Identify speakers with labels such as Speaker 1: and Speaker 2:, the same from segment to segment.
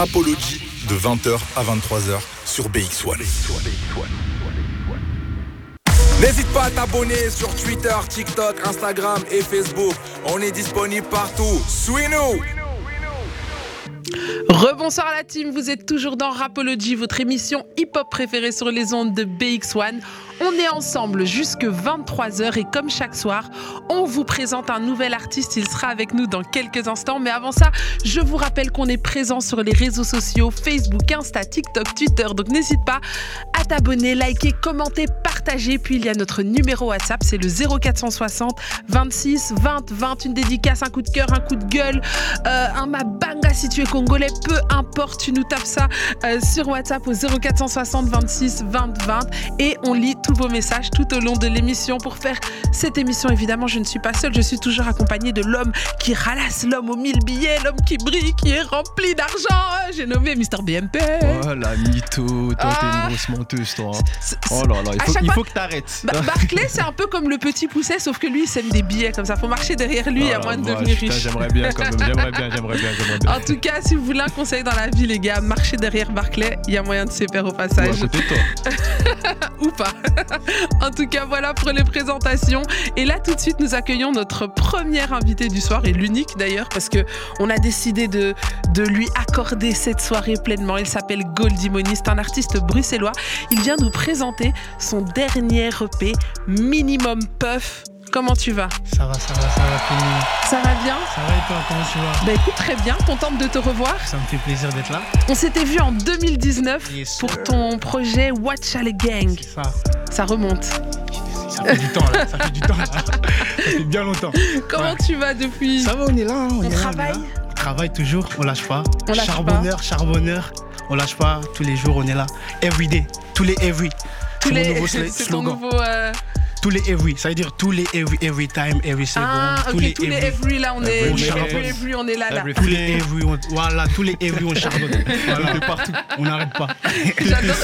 Speaker 1: Rapology de 20h à 23h sur BX1. N'hésite pas à t'abonner sur Twitter, TikTok, Instagram et Facebook. On est disponible partout. Suis-nous!
Speaker 2: Rebonsoir à la team, vous êtes toujours dans Rapology, votre émission hip-hop préférée sur les ondes de BX1. On est ensemble jusque 23h et comme chaque soir, on vous présente un nouvel artiste. Il sera avec nous dans quelques instants. Mais avant ça, je vous rappelle qu'on est présent sur les réseaux sociaux Facebook, Insta, TikTok, Twitter. Donc n'hésite pas à t'abonner, liker, commenter, partager. Puis il y a notre numéro WhatsApp, c'est le 0460 26 20 20. Une dédicace, un coup de cœur, un coup de gueule, euh, un mabanga si tu es congolais, peu importe, tu nous tapes ça euh, sur WhatsApp au 0460 26 20 20 et on lit tous vos messages tout au long de l'émission. Pour faire cette émission, évidemment, je ne suis pas seule, je suis toujours accompagnée de l'homme qui ralasse l'homme aux mille billets, l'homme qui brille, qui est rempli d'argent. Euh, J'ai nommé Mister BMP.
Speaker 3: Oh la mytho, toi t'es
Speaker 2: Ah.
Speaker 3: une grosse menteuse toi. hein.
Speaker 2: C'est- c'est-
Speaker 3: Oh là là, il
Speaker 2: à
Speaker 3: faut,
Speaker 2: chaque
Speaker 3: il
Speaker 2: fois-
Speaker 3: faut que t'arrêtes.
Speaker 2: Ba- Barclay, c'est un peu comme le petit pousset, sauf que lui, il sème des billets comme ça. Faut marcher derrière lui
Speaker 3: Oh
Speaker 2: à
Speaker 3: la
Speaker 2: moins de
Speaker 3: vache,
Speaker 2: devenir
Speaker 3: putain,
Speaker 2: riche.
Speaker 3: J'aimerais bien quand même, j'aimerais bien, j'aimerais bien, j'aimerais bien.
Speaker 2: En tout cas, si vous voulez un conseil dans la vie, les gars, marchez derrière Barclay, il y a moyen de se faire au
Speaker 3: Ou à
Speaker 2: passage.
Speaker 3: côté de toi.
Speaker 2: ou pas. en tout cas, voilà pour les présentations. Et là, tout de suite, nous accueillons notre première invitée du soir et l'unique d'ailleurs, parce que on a décidé de, de lui accorder cette soirée pleinement. Il s'appelle Goldie Moni, c'est un artiste bruxellois. Il vient nous présenter son dernier EP, Minimum Puff. Comment tu vas
Speaker 4: Ça va, ça va, ça va, Kenny.
Speaker 2: Ça va bien
Speaker 4: Ça va et toi, comment tu vas
Speaker 2: Bah écoute, très bien, contente de te revoir.
Speaker 4: Ça me fait plaisir d'être là.
Speaker 2: On s'était vu en 2019
Speaker 4: Yes,
Speaker 2: pour
Speaker 4: sir.
Speaker 2: ton projet Watch Out Gang.
Speaker 4: C'est ça.
Speaker 2: Ça remonte.
Speaker 4: Ça fait du temps là, ça fait du temps là. Ça fait bien longtemps.
Speaker 2: Comment tu vas depuis
Speaker 4: Ça va, on est là. hein, on,
Speaker 2: On
Speaker 4: est là,
Speaker 2: travaille
Speaker 4: on est là. On travaille toujours, on lâche pas.
Speaker 2: On lâche pas.
Speaker 4: charbonneur, charbonneur, on lâche pas. Tous les jours, on est là. Every day, tous les every.
Speaker 2: Tous
Speaker 4: C'est mon
Speaker 2: les-
Speaker 4: nouveau sla-
Speaker 2: c'est ton
Speaker 4: slogan.
Speaker 2: nouveau. euh,
Speaker 4: Tous les every, ça veut dire tous les every, every time, every second.
Speaker 2: Ah,
Speaker 4: tous
Speaker 2: ok,
Speaker 4: les
Speaker 2: tous les
Speaker 4: every.
Speaker 2: every là, on est.
Speaker 3: Every
Speaker 2: Every,
Speaker 4: charbonne.
Speaker 2: every, every, on est là, là.
Speaker 3: Every
Speaker 4: Tous les every, on, voilà, tous les every, on charbonne. Voilà,
Speaker 3: partout.
Speaker 4: on n'arrête pas.
Speaker 2: J'adore.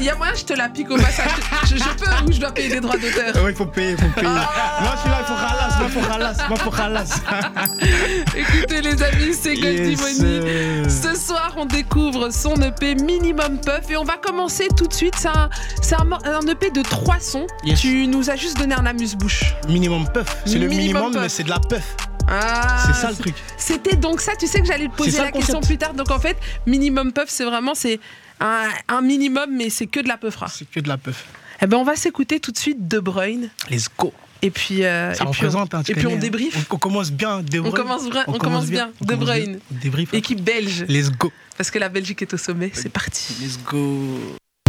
Speaker 2: Il y a moyen, je te la pique au passage. Je, je peux ou je dois payer des droits d'auteur
Speaker 4: Ah ouais, il faut payer, il faut payer.
Speaker 2: Ah.
Speaker 4: Moi, je suis là, il faut ralasse, moi, il faut ralasse, moi, il faut ralasse.
Speaker 2: Écoutez, les amis, c'est Goldie
Speaker 4: Yes,
Speaker 2: Money.
Speaker 4: euh,
Speaker 2: Ce soir, on découvre son EP Minimum Puff et on va commencer tout de suite. C'est un, c'est un, mo- un EP de trois sons.
Speaker 4: Yes.
Speaker 2: Tu nous as juste donné un amuse-bouche.
Speaker 4: Minimum puff. C'est le
Speaker 2: Minimum
Speaker 4: minimum,
Speaker 2: puff.
Speaker 4: mais c'est de la puff.
Speaker 2: Ah,
Speaker 4: c'est ça le truc.
Speaker 2: C'était donc ça, tu sais que j'allais te poser
Speaker 4: C'est ça,
Speaker 2: la
Speaker 4: le
Speaker 2: question
Speaker 4: concept.
Speaker 2: plus tard. Donc en fait, Minimum Puff, c'est vraiment c'est un, un minimum, mais c'est que de la puffra.
Speaker 4: C'est que de la puff.
Speaker 2: Eh ben, on va s'écouter tout de suite De Bruyne.
Speaker 4: Let's go.
Speaker 2: Et puis, euh,
Speaker 4: Ça
Speaker 2: et puis
Speaker 4: représente, hein, tu
Speaker 2: et puis on
Speaker 4: connais, hein.
Speaker 2: débrief.
Speaker 4: On, on commence bien, De
Speaker 2: on,
Speaker 4: Bruyne.
Speaker 2: commence, vra- on commence bien.
Speaker 4: on
Speaker 2: De
Speaker 4: commence bien.
Speaker 2: Bruyne.
Speaker 4: On débrief. hein.
Speaker 2: Équipe belge.
Speaker 4: Let's go.
Speaker 2: Parce que la Belgique est au sommet. C'est parti.
Speaker 4: Let's go.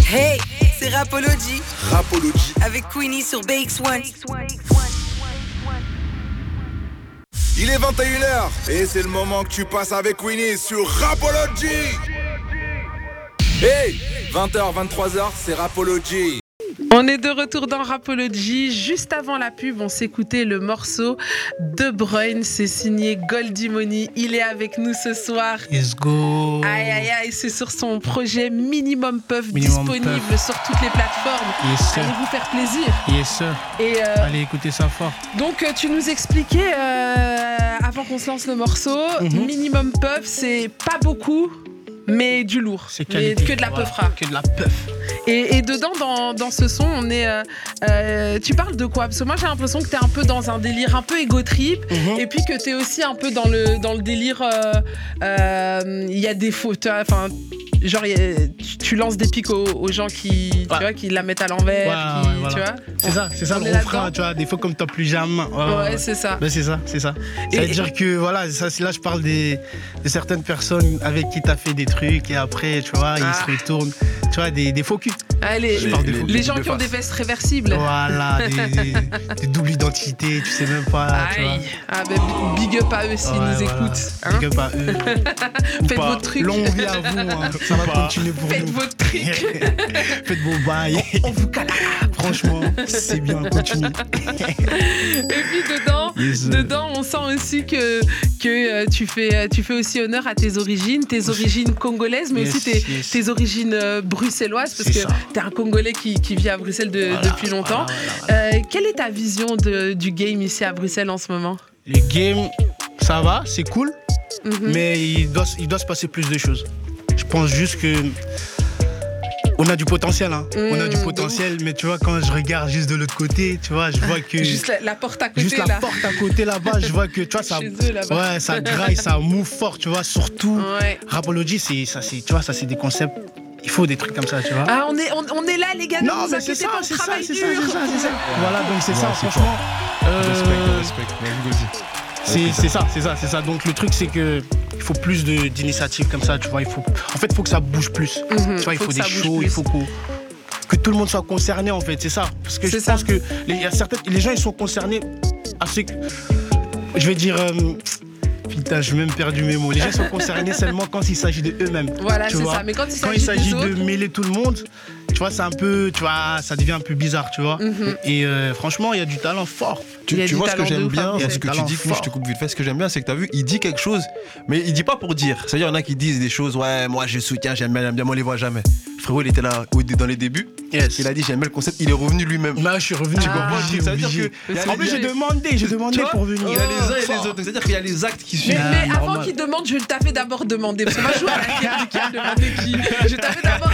Speaker 5: Hey, c'est Rapology
Speaker 1: Rapology
Speaker 5: avec Queenie sur BX1.
Speaker 1: Il est 21h et c'est le moment que tu passes avec Winnie sur Rapology. Hey 20h, 23h, c'est Rapology.
Speaker 2: On est de retour dans Rapology. Juste avant la pub, on s'écoutait le morceau De Bruyne. C'est signé Goldie Money. Il est avec nous ce soir.
Speaker 4: Let's go.
Speaker 2: Aïe aïe aïe, c'est sur son projet Minimum Puff
Speaker 4: Minimum
Speaker 2: disponible sur toutes les plateformes.
Speaker 4: Yes,
Speaker 2: Allez
Speaker 4: sir.
Speaker 2: vous faire plaisir.
Speaker 4: Yes, sir.
Speaker 2: Et euh,
Speaker 4: Allez écouter ça fort.
Speaker 2: Donc euh, tu nous expliquais euh, avant qu'on se lance le morceau,
Speaker 4: Mhm.
Speaker 2: minimum puff, c'est pas beaucoup. Mais du lourd,
Speaker 4: C'est
Speaker 2: mais
Speaker 4: qualité.
Speaker 2: que de la
Speaker 4: Voilà,
Speaker 2: puffra.
Speaker 4: Que de la puff.
Speaker 2: Et, et dedans, dans, dans ce son, on est. euh, euh, tu parles de quoi Parce que moi, j'ai l'impression que t'es un peu dans un délire un peu égo trip,
Speaker 4: Mhm.
Speaker 2: et puis que t'es aussi un peu dans le dans le délire. euh, euh, Il y a des fautes, enfin, genre il y a- tu, tu lances des pics aux, aux gens qui, tu
Speaker 4: Ouais.
Speaker 2: vois, qui la mettent à l'envers,
Speaker 4: Ouais,
Speaker 2: qui-
Speaker 4: ouais, voilà.
Speaker 2: tu vois.
Speaker 4: C'est ça, c'est ça
Speaker 2: On
Speaker 4: le
Speaker 2: est là-dedans.
Speaker 4: refrain, tu vois. Des fois, comme t'as plus jamais. Ouais, ouais,
Speaker 2: Ouais,
Speaker 4: ouais.
Speaker 2: c'est ça.
Speaker 4: Ben c'est ça, c'est ça.
Speaker 2: Et-
Speaker 4: Ça veut dire que voilà, ça, c'est là je parle des, de certaines personnes avec qui t'as fait des trucs et après, tu vois,
Speaker 2: Ah.
Speaker 4: ils se retournent, tu vois, des, des faux culs.
Speaker 2: Allez,
Speaker 4: Je parle de faux
Speaker 2: les
Speaker 4: culs.
Speaker 2: gens
Speaker 1: de
Speaker 2: qui ont des
Speaker 1: face.
Speaker 2: vestes réversibles.
Speaker 4: Voilà, des, des- des doubles identités, tu sais même pas, tu vois.
Speaker 2: Aïe. Ah ben big up à eux s'ils
Speaker 4: Ouais,
Speaker 2: nous
Speaker 4: voilà.
Speaker 2: écoutent. hein.
Speaker 4: Big up à eux. Ou
Speaker 2: Faites
Speaker 4: pas.
Speaker 2: votre truc.
Speaker 4: Longue vie à vous, hein. ça va continuer pour
Speaker 2: Faites
Speaker 4: nous.
Speaker 2: votre truc.
Speaker 4: Faites vos bails.
Speaker 2: On vous cala.
Speaker 4: Franchement, c'est bien, continue.
Speaker 2: Et puis dedans,
Speaker 4: Yes.
Speaker 2: dedans, on sent aussi que, que euh, tu, fais, euh, tu fais aussi honneur à tes origines, tes origines congolaises, mais
Speaker 4: Yes,
Speaker 2: aussi tes,
Speaker 4: yes.
Speaker 2: tes origines euh, bruxelloises, parce
Speaker 4: C'est
Speaker 2: que
Speaker 4: ça.
Speaker 2: t'es un Congolais qui, qui vit à Bruxelles de-
Speaker 4: Voilà,
Speaker 2: depuis longtemps.
Speaker 4: voilà, voilà.
Speaker 2: Euh, quelle est ta vision de- du game ici à Bruxelles en ce moment
Speaker 4: Le game, ça va, c'est cool,
Speaker 2: Mhm.
Speaker 4: mais il doit, il doit se passer plus de choses. Je pense juste que. On a du potentiel, hein. on a
Speaker 2: Mm,
Speaker 4: du
Speaker 2: de
Speaker 4: potentiel, mais tu vois, quand je regarde juste de l'autre côté, tu vois, je vois que.
Speaker 2: Juste la, la porte à côté
Speaker 4: juste la
Speaker 2: là.
Speaker 4: porte à côté là-bas, je vois que tu vois ça,
Speaker 2: Chez eux, là-bas.
Speaker 4: ouais, ça graille, ça move fort, tu vois. Surtout,
Speaker 2: Ouais.
Speaker 4: Rapology, c'est ça, c'est tu vois, ça c'est des concepts. Il faut des trucs comme ça, tu vois.
Speaker 2: Ah, on est, on, on est là, les gars, ne vous inquiétez pas, on travaille dur.
Speaker 4: Voilà, donc c'est
Speaker 3: Ouais,
Speaker 4: ça,
Speaker 3: c'est
Speaker 4: franchement. euh,
Speaker 3: Respect, respect. Vas-y, vas-y.
Speaker 4: c'est c'est ça, c'est ça, c'est ça. Donc le truc c'est que il faut plus de- d'initiatives comme ça, tu vois. Il faut, en fait, il faut que ça bouge plus.
Speaker 2: Mhm,
Speaker 4: tu vois, il
Speaker 2: faut
Speaker 4: faut,
Speaker 2: que
Speaker 4: des
Speaker 2: ça bouge
Speaker 4: shows,
Speaker 2: plus.
Speaker 4: il faut qu'on- que tout le monde soit concerné en fait, c'est ça. Parce que je
Speaker 2: C'est ça.
Speaker 4: pense que les, il y a certaines- les gens ils sont concernés à ce que. Je vais dire. euh, putain, j'ai même perdu mes mots. Les gens sont concernés seulement quand il s'agit de eux-mêmes.
Speaker 2: Voilà,
Speaker 4: tu
Speaker 2: c'est
Speaker 4: vois.
Speaker 2: ça. Mais quand il
Speaker 4: Quand il
Speaker 2: s'agit
Speaker 4: s'agit
Speaker 2: des
Speaker 4: de
Speaker 2: autres,
Speaker 4: mêler tout le monde, tu vois, c'est un peu. Tu vois, ça devient un peu bizarre, tu vois.
Speaker 2: Mhm.
Speaker 4: Et euh, franchement, il y a du talent fort.
Speaker 2: Il y a
Speaker 3: Tu, tu
Speaker 2: du
Speaker 3: vois ce que
Speaker 2: talent de
Speaker 3: j'aime
Speaker 2: ouf, hein,
Speaker 3: bien,
Speaker 2: il y a
Speaker 3: ce
Speaker 4: du
Speaker 3: que tu
Speaker 4: talent
Speaker 3: dis, moi je te
Speaker 4: fort.
Speaker 3: coupe vite fait, ce que j'aime bien, c'est que t'as vu, il dit quelque chose, mais il dit pas pour dire. C'est-à-dire, il y en a qui disent des choses, ouais, moi je soutiens, j'aime bien, j'aime bien, moi on les voit jamais. Frérot, il était là au- dans les débuts,
Speaker 4: Yes.
Speaker 3: il a dit, j'aime bien le concept, il est revenu lui-même.
Speaker 4: Là, je suis revenu.
Speaker 2: Ah.
Speaker 4: j'ai compris,
Speaker 3: Tu
Speaker 4: j'ai
Speaker 3: comprends Ça veut dire
Speaker 4: oublié.
Speaker 3: que. il y a-
Speaker 2: Mais
Speaker 4: En plus,
Speaker 2: c'est
Speaker 4: j'ai demandé, j'ai demandé
Speaker 3: Tu vois,
Speaker 4: pour venir.
Speaker 3: Il y a les uns et les
Speaker 4: Fort.
Speaker 3: autres, donc c'est-à-dire qu'il y a les actes qui
Speaker 2: Mais,
Speaker 3: suivent.
Speaker 4: Ah,
Speaker 2: mais avant
Speaker 4: normal.
Speaker 2: qu'il demande, je t'avais d'abord demandé. Parce que moi, je joue à la carte qui a demandé qui. Je t'avais d'abord.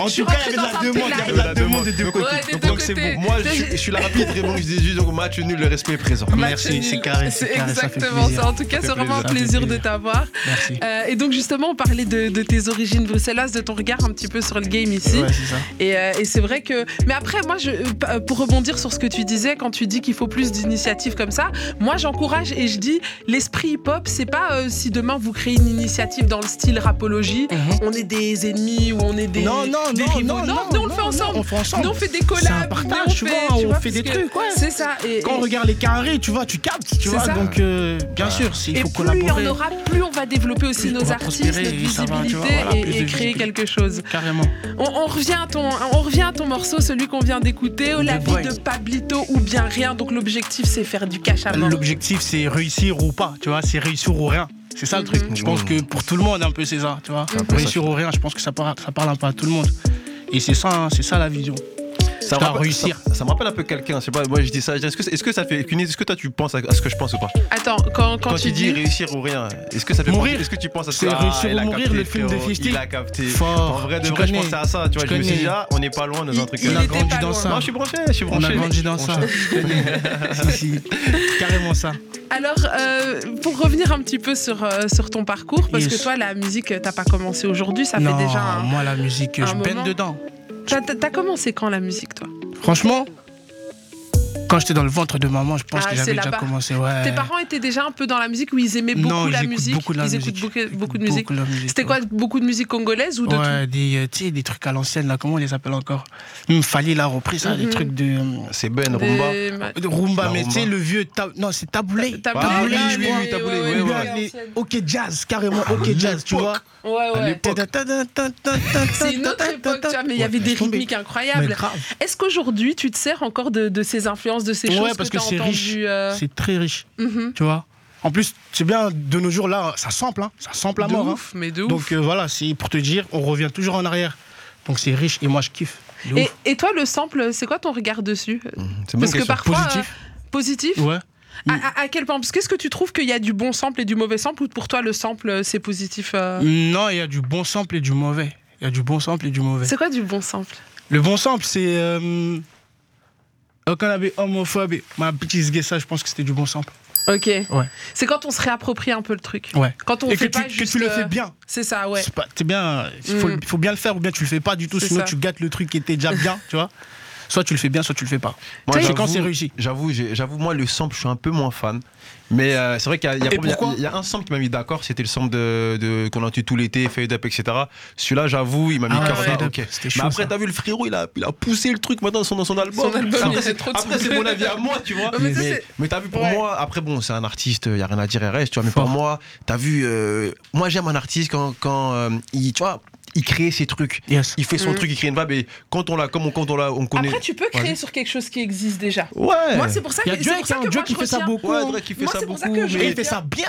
Speaker 4: En
Speaker 2: Je suis
Speaker 4: tout cas,
Speaker 2: rentrée
Speaker 4: il y avait de
Speaker 2: dans
Speaker 4: la
Speaker 2: un
Speaker 4: demande, il y
Speaker 2: pilar.
Speaker 4: avait de la demande des deux côtés.
Speaker 2: Ouais, des
Speaker 3: Donc,
Speaker 2: deux
Speaker 3: donc, c'est
Speaker 2: côtés.
Speaker 3: bon. Moi, je,
Speaker 2: J'ai-
Speaker 3: suis- je suis la rapide réponse, je dis donc match nul, le respect est présent.
Speaker 2: Match
Speaker 4: Merci,
Speaker 2: nul.
Speaker 4: c'est carré, c'est
Speaker 2: C'est
Speaker 4: carré, ça fait
Speaker 2: exactement
Speaker 4: plaisir.
Speaker 2: ça. En tout cas,
Speaker 3: fait
Speaker 2: c'est vraiment un
Speaker 4: plaisir. Ça fait
Speaker 2: plaisir de
Speaker 4: plaisir.
Speaker 2: t'avoir.
Speaker 4: Merci.
Speaker 2: Euh, et donc, justement, on parlait de, de tes origines bruxelloises, de ton regard un petit peu sur le game ici.
Speaker 4: Ouais, c'est ça.
Speaker 2: Et, euh, et c'est vrai que. Mais après, moi, je, euh, pour rebondir sur ce que tu disais, quand tu dis qu'il faut plus d'initiatives comme ça, moi, j'encourage et je dis l'esprit hip-hop, c'est pas euh, si demain vous créez une initiative dans le style rapologie, on est des ennemis ou on est des.
Speaker 4: Mhm. Non, non,
Speaker 2: des
Speaker 4: non,
Speaker 2: rivaux.
Speaker 4: non,
Speaker 2: non,
Speaker 4: non,
Speaker 2: nous, on le fait
Speaker 4: non,
Speaker 2: ensemble.
Speaker 4: on fait ensemble.
Speaker 2: Nous, on fait des
Speaker 4: C'est un
Speaker 2: collabs. nous,
Speaker 4: partage, tu vois, on
Speaker 2: tu
Speaker 4: fait
Speaker 2: parce
Speaker 4: des trucs, ouais.
Speaker 2: C'est ça. Et,
Speaker 4: Quand on
Speaker 2: et-
Speaker 4: regarde les carrés, tu vois, tu captes, tu
Speaker 2: C'est
Speaker 4: vois.
Speaker 2: ça.
Speaker 4: Donc, euh, bien sûr, c'est- il
Speaker 2: et
Speaker 4: faut
Speaker 2: plus il y en
Speaker 4: collaborer.
Speaker 2: aura, plus on va développer aussi
Speaker 4: Plus on
Speaker 2: nos
Speaker 4: va
Speaker 2: artistes,
Speaker 4: prospérer,
Speaker 2: notre
Speaker 4: ça va, tu
Speaker 2: visibilité
Speaker 4: vois, voilà,
Speaker 2: et-
Speaker 4: plus de
Speaker 2: et créer
Speaker 4: visibilité.
Speaker 2: quelque chose.
Speaker 4: Carrément.
Speaker 2: On, on revient à ton, on revient à ton morceau, celui qu'on vient d'écouter, La vie
Speaker 4: Boy.
Speaker 2: de Pablito ou bien rien. Donc l'objectif, c'est faire du cash à mort.
Speaker 4: L'objectif, c'est réussir ou pas, tu vois, c'est réussir ou rien. C'est ça le truc.
Speaker 2: Mhm.
Speaker 4: Je pense que pour tout le monde, un peu, c'est ça, tu vois.
Speaker 3: peu
Speaker 4: Réussir ou rien, je pense que ça parle, ça parle un peu à tout le monde. Et c'est ça, hein, c'est ça la vision.
Speaker 3: Ça
Speaker 4: Tu
Speaker 3: me
Speaker 4: dois
Speaker 3: rappelle-
Speaker 4: réussir.
Speaker 3: Ça, ça me rappelle un peu quelqu'un, je sais pas, moi je dis ça, je dis, est-ce que, est que ça fait. Est-ce que toi tu penses à, à ce que je pense ou pas
Speaker 2: Attends, quand, quand,
Speaker 3: Quand,
Speaker 2: tu
Speaker 3: tu dis réussir ou rien, est-ce que ça fait
Speaker 4: Mourir.
Speaker 3: penser- Est-ce que tu penses à ça
Speaker 4: C'est réussir
Speaker 3: il
Speaker 4: ou
Speaker 3: a
Speaker 4: mourir,
Speaker 3: capté,
Speaker 4: le film de
Speaker 3: frérot,
Speaker 4: 50.
Speaker 3: Il a capté.
Speaker 4: Fort.
Speaker 3: En vrai, de
Speaker 4: Tu
Speaker 3: vrai, je
Speaker 4: connais.
Speaker 3: pensais à ça. Tu vois,
Speaker 4: Tu
Speaker 3: je me suis
Speaker 4: connais.
Speaker 3: dit, ah, on n'est pas loin dans un truc.
Speaker 2: il
Speaker 4: On
Speaker 3: là.
Speaker 4: a
Speaker 2: était pas
Speaker 4: grandi dans
Speaker 2: loin.
Speaker 4: ça.
Speaker 3: Non, je suis branché, je suis
Speaker 4: On
Speaker 3: branché.
Speaker 4: a grandi dans
Speaker 3: Je
Speaker 4: ça.
Speaker 3: suis
Speaker 4: Si, si. Carrément ça.
Speaker 2: Alors, euh, pour revenir un petit peu sur, euh, sur ton parcours, parce
Speaker 4: Yes.
Speaker 2: que toi, la musique, euh, t'as pas commencé aujourd'hui, ça
Speaker 4: non,
Speaker 2: fait déjà. un-
Speaker 4: moi la musique,
Speaker 2: un
Speaker 4: je
Speaker 2: moment.
Speaker 4: peine dedans.
Speaker 2: T'as- T'as t'as commencé quand la musique, toi
Speaker 4: Franchement, quand j'étais dans le ventre de maman, je pense
Speaker 2: Ah,
Speaker 4: que
Speaker 2: c'est
Speaker 4: j'avais déjà
Speaker 2: là-bas.
Speaker 4: commencé. Ouais.
Speaker 2: Tes parents étaient déjà un peu dans la musique ou ils aimaient beaucoup,
Speaker 4: Euh. non,
Speaker 2: la,
Speaker 4: ils écoutent
Speaker 2: musique,
Speaker 4: beaucoup de la
Speaker 2: Ils
Speaker 4: musique.
Speaker 2: écoutent beaucoup,
Speaker 4: Ils
Speaker 2: beaucoup de
Speaker 4: écoutent
Speaker 2: musique.
Speaker 4: beaucoup de la musique,
Speaker 2: C'était
Speaker 4: ouais.
Speaker 2: quoi Beaucoup de musique congolaise ou de tout
Speaker 4: Ouais, des, euh, tu sais, des trucs à l'ancienne, là, comment on les appelle encore Hum, Fallait la reprise, ça, des
Speaker 2: Mhm.
Speaker 4: trucs de. euh,
Speaker 3: C'est
Speaker 2: Des-
Speaker 3: Ben, Rumba.
Speaker 4: de rumba,
Speaker 3: La
Speaker 4: mais tu sais,
Speaker 3: rumba.
Speaker 4: le vieux. tab- Non, c'est taboulé.
Speaker 2: T'as
Speaker 3: Ah,
Speaker 2: voulu-
Speaker 3: oui,
Speaker 2: Ah,
Speaker 3: oui, oui, t'as voulu, oui,
Speaker 2: ouais,
Speaker 3: oui.
Speaker 2: ouais, ouais.
Speaker 4: Ok jazz, carrément, ok jazz, tu vois.
Speaker 2: Ouais, ouais. C'est
Speaker 4: C'est
Speaker 2: une autre époque, tu vois, mais il y avait des rythmiques incroyables. Est-ce qu'aujourd'hui, tu te sers encore de, de ces influences, de ces
Speaker 4: Ouais,
Speaker 2: choses
Speaker 4: parce
Speaker 2: que,
Speaker 4: que
Speaker 2: t'as
Speaker 4: c'est riche.
Speaker 2: entendues, euh,
Speaker 4: C'est très riche,
Speaker 2: mhm.
Speaker 4: tu vois. En plus, c'est bien, de nos jours, là, ça sample, hein, ça sample à
Speaker 2: De
Speaker 4: mort. hein.
Speaker 2: ouf, mais de ouf.
Speaker 4: Donc euh, voilà, c'est pour te dire, on revient toujours en arrière. Donc c'est riche et moi je kiffe. De
Speaker 2: et,
Speaker 4: ouf.
Speaker 2: et toi, le sample, c'est quoi ton regard dessus
Speaker 3: C'est une bonne
Speaker 2: Parce que
Speaker 3: question.
Speaker 2: parfois.
Speaker 4: Positif.
Speaker 2: euh, positif
Speaker 4: Ouais.
Speaker 2: à, à- à quel point Parce qu'est-ce que tu trouves qu'il y a du bon sample et du mauvais sample Ou pour toi, le sample, euh, c'est positif euh
Speaker 4: Non, il y a du bon sample et du mauvais. Il y a du bon sample et du mauvais.
Speaker 2: C'est quoi du bon sample
Speaker 4: Le bon sample, c'est. Euh, Okanabe homophobe, ma petite gay, ça, je pense que c'était du bon sample.
Speaker 2: Ok.
Speaker 4: Ouais.
Speaker 2: C'est quand on se réapproprie un peu le truc.
Speaker 4: Ouais.
Speaker 2: Quand on
Speaker 4: et que
Speaker 2: fait
Speaker 4: tu,
Speaker 2: pas
Speaker 4: que
Speaker 2: juste,
Speaker 4: tu
Speaker 2: euh,
Speaker 4: le fais bien.
Speaker 2: C'est ça, ouais.
Speaker 4: C'est pas- t'es bien. Il faut,
Speaker 2: Mm.
Speaker 4: faut bien le faire ou bien tu le fais pas du tout,
Speaker 2: C'est
Speaker 4: sinon
Speaker 2: ça.
Speaker 4: tu gâtes le truc qui était déjà bien, tu vois. Soit tu le fais bien, soit tu le fais pas.
Speaker 3: Moi,
Speaker 4: Tu sais,
Speaker 3: j'avoue-
Speaker 4: quand c'est réussi.
Speaker 3: J'avoue, j'ai- j'avoue, moi, le sample, je suis un peu moins fan. Mais euh, c'est vrai qu'il y, a- il y a-
Speaker 4: Et
Speaker 3: il y a-
Speaker 4: pourquoi
Speaker 3: il y a un sample qui m'a mis d'accord. C'était le sample de, de- qu'on a entendu tout l'été, Fade Up, etc. Celui-là, j'avoue, il m'a mis
Speaker 4: Ah,
Speaker 3: cœur
Speaker 4: Fade
Speaker 3: là,
Speaker 4: Up,
Speaker 3: ok.
Speaker 4: c'était
Speaker 3: Mais
Speaker 4: chaud,
Speaker 3: après,
Speaker 4: ça.
Speaker 3: t'as vu, le frérot, il a, il a poussé le truc maintenant dans son, dans son album.
Speaker 2: Son album, il y
Speaker 3: après,
Speaker 2: a
Speaker 3: c'est,
Speaker 2: trop de
Speaker 3: après,
Speaker 2: samples.
Speaker 3: c'est mon avis à moi, tu vois.
Speaker 2: Ouais, mais
Speaker 3: mais
Speaker 2: ça, c'est-
Speaker 3: mais t'as vu, pour
Speaker 2: Ouais.
Speaker 3: moi, après, bon, c'est un artiste, il n'y a rien à dire, il reste, tu vois. Mais
Speaker 4: Fort.
Speaker 3: pour moi, t'as vu, euh, moi, j'aime un artiste quand, quand euh, il, tu vois, il crée ses trucs.
Speaker 4: Yes.
Speaker 3: Il fait son
Speaker 2: Mm.
Speaker 3: truc, il crée une vibe et quand on l'a, comme on, quand on l'a, on connaît.
Speaker 2: Après, tu peux créer
Speaker 3: Vas-y.
Speaker 2: sur quelque chose qui existe déjà.
Speaker 3: Ouais.
Speaker 2: Moi, c'est pour ça que
Speaker 4: Il y a
Speaker 2: c'est pour
Speaker 4: Drake,
Speaker 2: ça
Speaker 4: hein,
Speaker 2: que moi,
Speaker 4: Drake
Speaker 2: je
Speaker 4: qui fait ça
Speaker 2: retiens-
Speaker 4: beaucoup.
Speaker 3: Ouais, Drake, il fait
Speaker 2: Moi,
Speaker 3: ça
Speaker 2: c'est pour
Speaker 3: beaucoup.
Speaker 2: ça que je
Speaker 4: Et
Speaker 3: mais-
Speaker 4: il fait ça bien.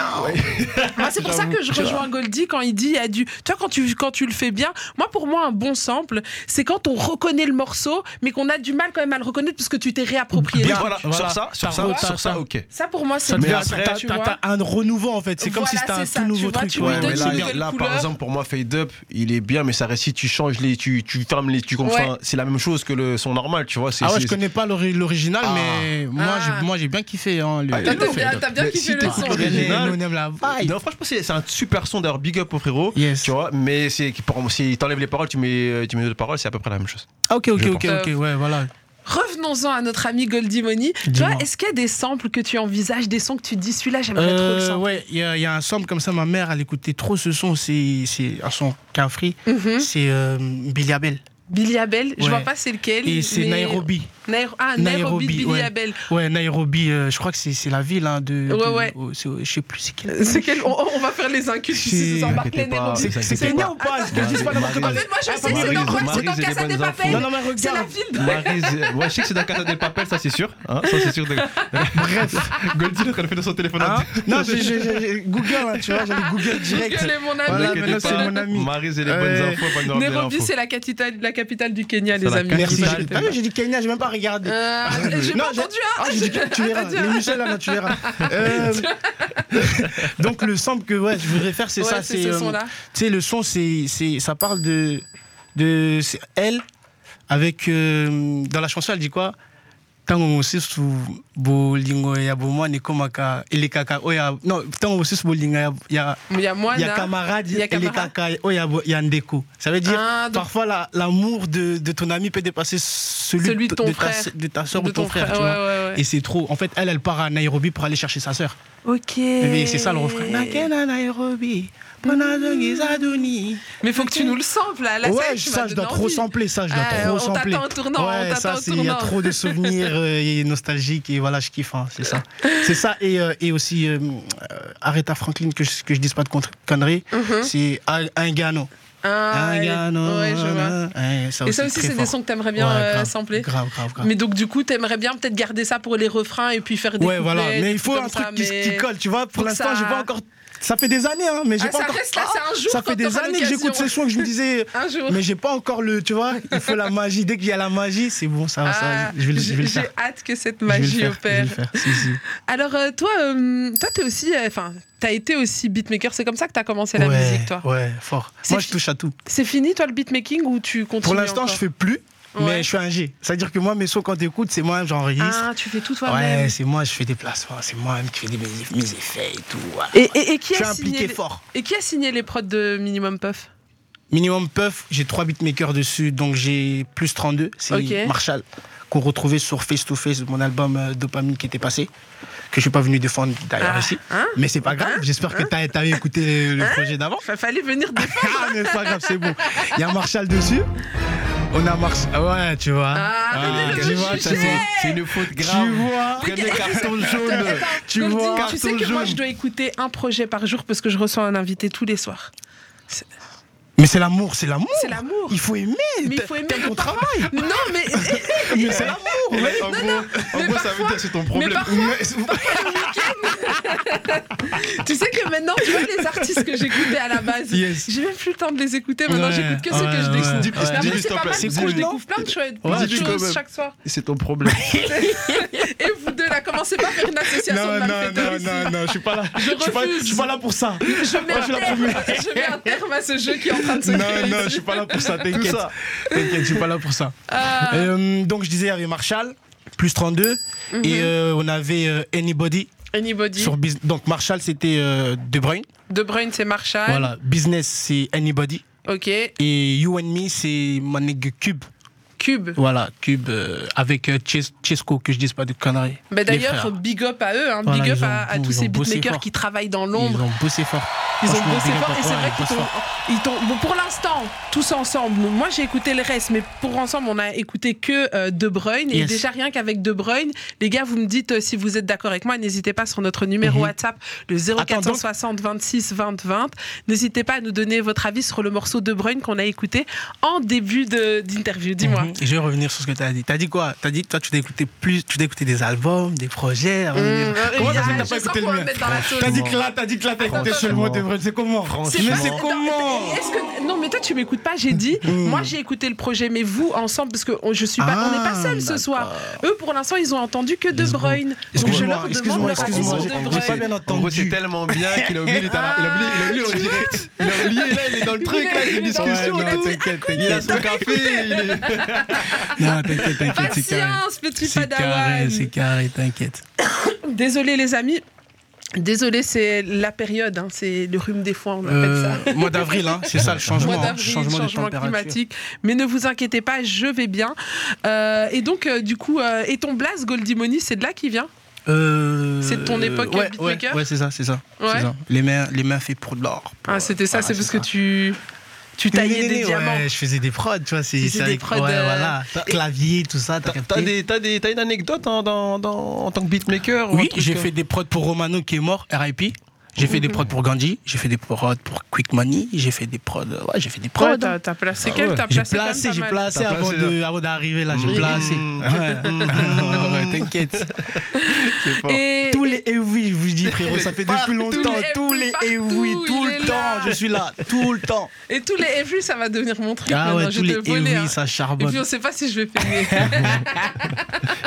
Speaker 2: Moi, c'est pour ça que je rejoins Goldie quand il dit, il a du- tu vois, quand tu, quand tu le fais bien, moi, pour moi, un bon sample, c'est quand on reconnaît le morceau, mais qu'on a du mal quand même à le reconnaître parce que tu t'es réapproprié.
Speaker 3: Bien,
Speaker 2: le
Speaker 3: voilà,
Speaker 4: Voilà.
Speaker 3: sur ça, sur
Speaker 4: T'as
Speaker 3: ça,
Speaker 4: re-
Speaker 3: sur
Speaker 4: t'as-
Speaker 3: ça,
Speaker 4: t'as-
Speaker 3: ok.
Speaker 2: Ça, pour moi, c'est
Speaker 4: Ça
Speaker 3: Mais
Speaker 2: bien.
Speaker 4: devient-
Speaker 3: après,
Speaker 4: t'as-
Speaker 2: tu
Speaker 4: t'as-
Speaker 2: vois.
Speaker 4: t'as un renouveau en fait. C'est comme
Speaker 2: Voilà,
Speaker 4: si c'était
Speaker 2: c'est
Speaker 4: un
Speaker 2: ça,
Speaker 4: tout
Speaker 2: tu
Speaker 4: nouveau
Speaker 2: vois,
Speaker 4: truc.
Speaker 2: tu
Speaker 4: ouais.
Speaker 2: lui
Speaker 3: Ouais,
Speaker 2: donnes
Speaker 3: mais là,
Speaker 2: une
Speaker 3: y a-
Speaker 2: belle
Speaker 3: là, par
Speaker 2: couleur.
Speaker 3: exemple, pour moi, Fade Up, il est bien, mais ça reste si tu changes les, tu, tu fermes les, tu comprends.
Speaker 2: Ouais.
Speaker 3: C'est la même chose que le son normal, tu vois. c'est-
Speaker 4: Ah ouais,
Speaker 3: c'est-
Speaker 4: je connais pas l'ori- l'original,
Speaker 3: Ah.
Speaker 4: mais moi,
Speaker 2: Ah.
Speaker 4: j'ai- moi j'ai bien kiffé. Hein, le,
Speaker 3: Ah, il
Speaker 2: T'as
Speaker 3: est
Speaker 4: le
Speaker 2: t'as
Speaker 3: ouf.
Speaker 4: fait,
Speaker 2: bien, t'as bien
Speaker 3: Mais
Speaker 2: kiffé
Speaker 3: si
Speaker 2: le
Speaker 3: t'as
Speaker 2: son.
Speaker 3: écouté
Speaker 4: Nous,
Speaker 3: original.
Speaker 4: on aime la vibe.
Speaker 3: Non, franchement, c'est c'est un super son d'ailleurs, big up au frérot.
Speaker 4: Yes.
Speaker 3: Tu vois, mais c'est pour- si t'enlèves les paroles, tu mets, euh, tu mets d'autres paroles, c'est à peu près la même chose.
Speaker 4: Ah, ok, ok,
Speaker 3: Je
Speaker 4: ok,
Speaker 2: Euh.
Speaker 4: ok, ouais, voilà.
Speaker 2: Revenons-en à notre ami Goldie Money. Tu
Speaker 4: Dis-moi.
Speaker 2: vois, est-ce qu'il y a des samples que tu envisages, des sons que tu te dis, celui-là, j'aimerais trop le
Speaker 4: Euh,
Speaker 2: sample
Speaker 4: ouais, il y, a- il y a un sample comme ça, ma mère, elle écoutait trop ce son, c'est c'est un son qu'un free,
Speaker 2: Mhm.
Speaker 4: c'est euh, Billy Abel.
Speaker 2: Billy Abel, je
Speaker 4: Ouais.
Speaker 2: vois pas c'est lequel.
Speaker 4: Et c'est
Speaker 2: mais-
Speaker 4: Nairobi.
Speaker 2: Nairo- Ah, Nairobi,
Speaker 4: Nairobi,
Speaker 2: de Billy
Speaker 4: ouais.
Speaker 2: Abel.
Speaker 4: Ouais, Nairobi, euh, je crois que c'est c'est la ville hein, de.
Speaker 2: Ouais,
Speaker 4: de-
Speaker 2: ouais.
Speaker 4: oh, c'est- je sais plus c'est quelle.
Speaker 2: C'est quel on, on va faire les incultes ici,
Speaker 4: C'est-
Speaker 2: ça embarque les
Speaker 3: Inquiétez pas,
Speaker 2: Nairobi.
Speaker 3: c'est-
Speaker 4: C'est
Speaker 3: c'est
Speaker 4: Kenya
Speaker 3: pas-
Speaker 4: ou pas Est-ce que je
Speaker 3: Attends,
Speaker 4: dis pas n'importe quoi
Speaker 2: En fait, moi, je
Speaker 4: Ah,
Speaker 2: sais,
Speaker 4: pardon,
Speaker 2: c'est
Speaker 4: Maryse,
Speaker 2: dans quoi C'est
Speaker 3: Maryse
Speaker 2: dans
Speaker 3: et les
Speaker 2: Casa
Speaker 3: bonnes
Speaker 2: de
Speaker 3: infos.
Speaker 2: Papel.
Speaker 4: Non, non, mais
Speaker 2: C'est la
Speaker 4: regarde.
Speaker 2: ville de...
Speaker 3: Maryse, euh, ouais, je sais que c'est dans Casa del Papel, ça c'est sûr. Hein, ça c'est sûr. Bref, Goldie, elle a fait dans son téléphone.
Speaker 4: Hein non, j'ai- j'ai j'ai- Google, hein, tu vois, j'avais Google direct.
Speaker 2: Google est mon ami.
Speaker 4: Voilà,
Speaker 3: T'inquiète
Speaker 4: maintenant, c'est
Speaker 3: pas,
Speaker 4: mon ami. Euh,
Speaker 3: Maryse et les
Speaker 4: Ouais.
Speaker 3: bonnes infos, pas de
Speaker 2: Nairobi, c'est la capitale, la capitale du Kenya, les
Speaker 3: la
Speaker 2: amis.
Speaker 4: Merci.
Speaker 3: Capitale.
Speaker 4: j'ai- T'as vu, j'ai dit Kenya, j'ai même pas regardé.
Speaker 2: Euh, j'ai
Speaker 4: Non,
Speaker 2: pas
Speaker 4: j'ai-
Speaker 2: entendu, hein
Speaker 4: Ah, j'ai dit que tu verras.
Speaker 2: Attends,
Speaker 4: Les Michel, là, non, tu verras.
Speaker 2: hein.
Speaker 4: Euh, Donc, le sample que ouais, je voudrais faire, c'est
Speaker 2: Ouais,
Speaker 4: ça.
Speaker 2: c'est ce
Speaker 4: euh,
Speaker 2: son-là.
Speaker 4: Tu sais, le son, c'est, c'est- ça parle de, de c'est elle avec euh, dans la chanson, elle dit quoi? Tango mosisu bolingo ya bomwane komaka elekaka oya non tango mosisu bolinga ya- ya
Speaker 2: Il y a moi,
Speaker 4: ya
Speaker 2: là.
Speaker 4: camarade
Speaker 2: Il y a camarade.
Speaker 4: elekaka oya bo- ya ndeko. Ça veut dire
Speaker 2: Ah, donc-
Speaker 4: parfois la- l'amour de, de ton ami peut dépasser celui,
Speaker 2: Celui de ton
Speaker 4: ta-
Speaker 2: frère.
Speaker 4: de ta soeur ou
Speaker 2: De
Speaker 4: de ton, frère, tu
Speaker 2: ouais,
Speaker 4: vois.
Speaker 2: ouais, ouais.
Speaker 4: Et c'est trop. En fait, elle, elle part à Nairobi pour aller chercher sa sœur.
Speaker 2: Ok.
Speaker 4: Et c'est ça le refrain. Nakena Nairobi, ponazongeza duni.
Speaker 2: Mais faut que tu nous le samples, là. Là,
Speaker 4: Ouais,
Speaker 2: est, tu
Speaker 4: ça,
Speaker 2: m'as
Speaker 4: je dois
Speaker 2: donné
Speaker 4: trop
Speaker 2: envie.
Speaker 4: sampler, ça, je dois
Speaker 2: Ah,
Speaker 4: trop
Speaker 2: on t'attend
Speaker 4: sampler.
Speaker 2: au tournant, on
Speaker 4: ouais,
Speaker 2: t'attend
Speaker 4: ça,
Speaker 2: au
Speaker 4: c'est- il y a
Speaker 2: tournant.
Speaker 4: trop de souvenirs euh, et nostalgiques, et voilà, je kiffe, hein, c'est ça. C'est ça, et, euh, et aussi, euh, euh, Aretha Franklin, que je, que je dise pas de contre- conneries, c'est un, un gano.
Speaker 2: Mhm. Ah,
Speaker 4: un
Speaker 2: ouais.
Speaker 4: gano.
Speaker 2: Ouais, je vois.
Speaker 4: ouais,
Speaker 2: Et ça aussi,
Speaker 4: très
Speaker 2: c'est des
Speaker 4: fort.
Speaker 2: sons que t'aimerais bien
Speaker 4: Ouais,
Speaker 2: euh,
Speaker 4: grave,
Speaker 2: sampler.
Speaker 4: Grave, grave, grave.
Speaker 2: Mais donc, du coup, t'aimerais bien peut-être garder ça pour les refrains et puis faire des.
Speaker 4: ouais, voilà,
Speaker 2: couplets,
Speaker 4: mais il
Speaker 2: des
Speaker 4: faut
Speaker 2: trucs
Speaker 4: un
Speaker 2: comme
Speaker 4: truc
Speaker 2: ça,
Speaker 4: qui,
Speaker 2: mais-
Speaker 4: qui colle, tu vois. Pour
Speaker 2: Faut que
Speaker 4: l'instant,
Speaker 2: ça-
Speaker 4: j'ai pas encore. Ça fait des années, hein, mais j'ai
Speaker 2: Ah,
Speaker 4: pas
Speaker 2: ça
Speaker 4: encore.
Speaker 2: reste là,
Speaker 4: Ah,
Speaker 2: c'est un jour
Speaker 4: Ça
Speaker 2: quand
Speaker 4: fait des
Speaker 2: t'auras
Speaker 4: années que j'écoute
Speaker 2: l'occasion.
Speaker 4: ces sons que je me disais.
Speaker 2: Un jour.
Speaker 4: Mais j'ai pas encore le, tu vois, il faut la magie. Dès qu'il y a la magie, c'est bon, ça,
Speaker 2: Ah,
Speaker 4: ça je, je vais, le- je vais le
Speaker 2: J'ai
Speaker 4: faire.
Speaker 2: hâte que cette
Speaker 4: Je vais le
Speaker 2: magie
Speaker 4: faire, Je vais
Speaker 2: opère.
Speaker 4: le faire, si, si.
Speaker 2: Alors, euh, toi, euh, toi, t'es aussi. euh, Enfin, t'as été aussi beatmaker. C'est comme ça que t'as commencé la
Speaker 4: ouais,
Speaker 2: musique, toi.
Speaker 4: Ouais, fort.
Speaker 2: C'est
Speaker 4: Moi, je
Speaker 2: fi-
Speaker 4: touche à tout.
Speaker 2: C'est fini, toi, le beatmaking ou tu continues
Speaker 4: Pour l'instant,
Speaker 2: encore
Speaker 4: je fais plus,
Speaker 2: Ouais.
Speaker 4: mais je suis un G. C'est-à-dire que moi, mes sons, quand t'écoutes, c'est moi, j'enregistre.
Speaker 2: Ah, tu fais tout
Speaker 4: ouais,
Speaker 2: toi-même.
Speaker 4: c'est moi, je fais des placements, c'est moi-même qui fais des, mes mes effets et tout. ouais.
Speaker 2: Et, et- et qui
Speaker 4: Je suis
Speaker 2: a signé
Speaker 4: impliqué
Speaker 2: les...
Speaker 4: fort.
Speaker 2: Et qui a signé les prods de Minimum Puff
Speaker 4: Minimum Puff, j'ai trois beatmakers dessus, donc j'ai plus 32. C'est
Speaker 2: Ok.
Speaker 4: Marshall, qu'on retrouvait sur Face to Face, mon album euh, Dopamine qui était passé, que je suis pas venu défendre d'ailleurs
Speaker 2: Ah,
Speaker 4: ici.
Speaker 2: hein
Speaker 4: Mais c'est pas grave, j'espère que t'as- t'avais écouté le projet d'avant.
Speaker 2: Enfin, fallait venir défendre.
Speaker 4: Ah, mais c'est pas grave, c'est bon. Il y a Marshall dessus. On a Marshall. Ouais, tu vois.
Speaker 2: Ah, mais
Speaker 4: tu
Speaker 2: le
Speaker 4: vois,
Speaker 2: juger
Speaker 4: ça, c'est-
Speaker 3: C'est une faute
Speaker 4: Tu
Speaker 3: grave.
Speaker 4: vois.
Speaker 3: Prenez carton jaune.
Speaker 2: Attends,
Speaker 4: Tu
Speaker 2: Goldie,
Speaker 4: vois,
Speaker 2: tu sais
Speaker 3: carton
Speaker 2: que moi,
Speaker 3: jaune.
Speaker 2: je dois écouter un projet par jour parce que je reçois un invité tous les soirs.
Speaker 4: Mais c'est l'amour, c'est l'amour.
Speaker 2: C'est l'amour.
Speaker 4: Il faut aimer.
Speaker 2: Mais il faut aimer
Speaker 4: T'aimes
Speaker 2: le
Speaker 4: ton
Speaker 2: parent.
Speaker 4: travail.
Speaker 2: Non, mais, eh,
Speaker 4: Mais c'est l'amour. ouais.
Speaker 3: En gros, en
Speaker 2: mais
Speaker 3: gros, ça
Speaker 2: parfois-
Speaker 3: veut dire c'est ton
Speaker 2: mais
Speaker 3: problème.
Speaker 2: parfois, tu sais que maintenant, tu vois les artistes que j'écoutais à la base.
Speaker 4: Yes.
Speaker 2: J'ai même plus le temps de les écouter. Maintenant,
Speaker 4: Ouais,
Speaker 2: j'écoute que ceux
Speaker 4: ouais,
Speaker 2: que je découvre.
Speaker 4: ouais.
Speaker 3: Dis-
Speaker 2: Mais
Speaker 3: dis-lui,
Speaker 2: après,
Speaker 3: s'il
Speaker 2: c'est
Speaker 3: te
Speaker 2: pas mal
Speaker 3: plaît.
Speaker 2: parce que
Speaker 4: Dis-lui.
Speaker 2: je découvre plein de chouettes
Speaker 4: Ouais,
Speaker 2: plein de
Speaker 3: dis-lui quand
Speaker 2: choses
Speaker 3: même.
Speaker 2: chaque soir.
Speaker 3: C'est ton problème.
Speaker 2: Et vous deux, là, commencez pas à faire une association
Speaker 4: Non,
Speaker 2: de
Speaker 4: non,
Speaker 2: malfaiteurs
Speaker 4: non,
Speaker 2: ici.
Speaker 4: non, non, je suis pas là. Je, suis pas,
Speaker 2: refuse.
Speaker 4: je suis pas là pour ça.
Speaker 2: Je mets,
Speaker 4: Moi,
Speaker 2: un
Speaker 4: je la
Speaker 2: terme,
Speaker 4: première.
Speaker 2: je mets un terme à ce jeu qui est en train de se
Speaker 4: Non,
Speaker 2: créer.
Speaker 4: non, je
Speaker 2: ici.
Speaker 4: suis pas là pour ça,
Speaker 3: Tout
Speaker 4: t'inquiète.
Speaker 3: ça.
Speaker 4: T'inquiète, je suis pas là pour ça.
Speaker 2: Ah.
Speaker 4: Euh, donc, je disais, il y avait Marshall, plus 32,
Speaker 2: Mhm.
Speaker 4: et euh, on avait euh, Anybody.
Speaker 2: Anybody.
Speaker 4: Sur Bus- donc, Marshall, c'était euh, De Bruyne.
Speaker 2: De Bruyne, c'est Marshall.
Speaker 4: Voilà, Business, c'est Anybody.
Speaker 2: Ok.
Speaker 4: Et You and Me, c'est mon nègre Cube.
Speaker 2: Cube.
Speaker 4: Voilà, Cube euh, avec euh, Ches- Chesco, que je dise pas de conneries.
Speaker 2: Mais Bah,
Speaker 4: Les
Speaker 2: d'ailleurs,
Speaker 4: frères,
Speaker 2: big up à eux, hein,
Speaker 4: Voilà,
Speaker 2: big up
Speaker 4: ils ont
Speaker 2: à, à
Speaker 4: bou-
Speaker 2: tous
Speaker 4: ils
Speaker 2: ces
Speaker 4: ont bossé
Speaker 2: beatmakers
Speaker 4: fort.
Speaker 2: qui travaillent dans
Speaker 4: ils
Speaker 2: l'ombre.
Speaker 4: ont bossé fort.
Speaker 2: Ils ont
Speaker 4: Franchement,
Speaker 2: bossé
Speaker 4: big up
Speaker 2: fort
Speaker 4: à
Speaker 2: et c'est
Speaker 4: toi,
Speaker 2: vrai
Speaker 4: ils
Speaker 2: qu'ils
Speaker 4: bossent
Speaker 2: t'ont-
Speaker 4: fort.
Speaker 2: ils t'ont. Bon, pour l'instant, tous ensemble. Moi, j'ai écouté le reste, mais pour ensemble, on a écouté que euh, De Bruyne. Et
Speaker 4: Yes.
Speaker 2: déjà, rien qu'avec De Bruyne, les gars, vous me dites euh, si vous êtes d'accord avec moi. N'hésitez pas sur notre numéro
Speaker 4: Mhm.
Speaker 2: WhatsApp, le 0460 26 20 20. N'hésitez pas à nous donner votre avis sur le morceau De Bruyne qu'on a écouté en début de- d'interview. Dis-moi.
Speaker 4: Mhm. Et Je vais revenir sur ce que tu as dit. Tu as dit quoi Tu as dit que toi, tu t'écoutais plus, tu t'écoutais des albums, des projets. revenir-
Speaker 2: Mmh,
Speaker 4: Comment
Speaker 2: euh,
Speaker 4: ça se fait
Speaker 2: je
Speaker 4: que t'as pas
Speaker 2: sens
Speaker 4: écouté
Speaker 2: qu'on
Speaker 4: le
Speaker 2: va
Speaker 4: mien
Speaker 2: mettre dans la sauce.
Speaker 4: T'as dit que là, t'as dit que là, t'as écouté seulement
Speaker 3: Franchement.
Speaker 4: de vrai. C'est comment
Speaker 2: C'est
Speaker 4: Mais
Speaker 2: pas-
Speaker 4: c'est
Speaker 2: non,
Speaker 4: comment Hmm.
Speaker 2: mais Est-ce que non mais toi tu m'écoutes pas j'ai dit moi j'ai écouté le projet mais vous ensemble parce que on- je suis pas on n'est pas
Speaker 4: Ah,
Speaker 2: seuls ce soir eux pour l'instant ils ont entendu que De
Speaker 4: Let's go.
Speaker 2: Bruyne donc je
Speaker 4: Excuse-moi,
Speaker 2: leur demande
Speaker 4: excuse-moi,
Speaker 2: leur avis sur
Speaker 4: excuse-moi,
Speaker 2: De
Speaker 4: j'ai-
Speaker 2: Bruyne
Speaker 4: j'ai pas bien
Speaker 3: En gros,
Speaker 4: entendu.
Speaker 3: c'est tellement bien qu'il a oublié, il est à la- il a oublié, il a oublié en direct. Il a oublié, là, il est dans le truc, là, il y a une discussion.
Speaker 4: Ouais,
Speaker 3: et
Speaker 4: non,
Speaker 3: tout.
Speaker 4: t'inquiète,
Speaker 3: Il a
Speaker 4: t'inquiète.
Speaker 3: son café, il est.
Speaker 4: Non, t'inquiète, t'inquiète, c'est carré.
Speaker 2: patience petit
Speaker 4: C'est
Speaker 2: padawan
Speaker 4: carré, c'est carré, t'inquiète.
Speaker 2: désolé les amis Désolé, c'est la période, hein, c'est le rhume des foins, on appelle ça.
Speaker 4: Euh, mois d'avril, hein, c'est ça le changement.
Speaker 2: Mois
Speaker 4: hein,
Speaker 2: d'avril,
Speaker 4: changement,
Speaker 2: changement,
Speaker 4: de température.
Speaker 2: climatique. Mais ne vous inquiétez pas, je vais bien. Euh, et donc, euh, du coup, euh, et ton blast Goldimoni, c'est de là qu'il vient
Speaker 4: Euh,
Speaker 2: C'est de ton époque,
Speaker 4: ouais,
Speaker 2: beatmaker
Speaker 4: Ouais, ouais, c'est ça, c'est ça. c'est
Speaker 2: Ouais.
Speaker 4: ça. Les mains, les mains faites pour de l'or.
Speaker 2: Ah, c'était ça,
Speaker 4: Voilà,
Speaker 2: c'est parce
Speaker 4: ça.
Speaker 2: que tu, tu taillais
Speaker 4: Ouais,
Speaker 2: des diamants.
Speaker 4: Je faisais des prods, tu vois, c'est
Speaker 2: Tu faisais
Speaker 4: c'est avec
Speaker 2: des prods,
Speaker 4: ouais,
Speaker 2: euh,
Speaker 4: voilà, clavier, tout ça.
Speaker 3: T'as-
Speaker 4: T'as
Speaker 3: T'as
Speaker 4: capté
Speaker 3: des, t'as des, t'as une anecdote en, dans- dans- en tant que beatmaker ou un
Speaker 4: Oui,
Speaker 3: truc,
Speaker 4: j'ai
Speaker 3: euh,
Speaker 4: fait des prods pour Romano qui est mort, RIP. J'ai
Speaker 2: Mhm.
Speaker 4: fait des prods pour Gandhi, j'ai fait des prods pour Quick Money, j'ai fait des prods. euh, Ouais, j'ai fait des prods.
Speaker 2: Ah Ouais, t'as, t'as placé quel T'as
Speaker 4: J'ai
Speaker 2: placé, quand même
Speaker 4: placé,
Speaker 2: pas
Speaker 4: j'ai
Speaker 2: mal.
Speaker 4: placé
Speaker 3: T'as
Speaker 4: avant
Speaker 3: placé,
Speaker 4: de- avant d'arriver là, j'ai
Speaker 3: Mmh.
Speaker 4: placé.
Speaker 3: Mmh.
Speaker 4: Ouais. Ouais, T'inquiète.
Speaker 3: c'est fort.
Speaker 2: Et,
Speaker 4: Tous les eh oui, je vous dis frérot, ça fait depuis longtemps.
Speaker 2: Tous
Speaker 4: Tous
Speaker 2: les
Speaker 4: les
Speaker 2: partout,
Speaker 4: eh oui, tout
Speaker 2: il est là.
Speaker 4: le temps, je suis là, tout le temps.
Speaker 2: et tous les FU, ça va devenir mon truc.
Speaker 4: Ah
Speaker 2: maintenant,
Speaker 4: ouais,
Speaker 2: je
Speaker 4: tous
Speaker 2: vais
Speaker 4: les
Speaker 2: te
Speaker 4: eh
Speaker 2: voler, hein.
Speaker 4: oui, ça
Speaker 2: Et puis
Speaker 4: charbonne.
Speaker 2: on sait pas si je vais payer.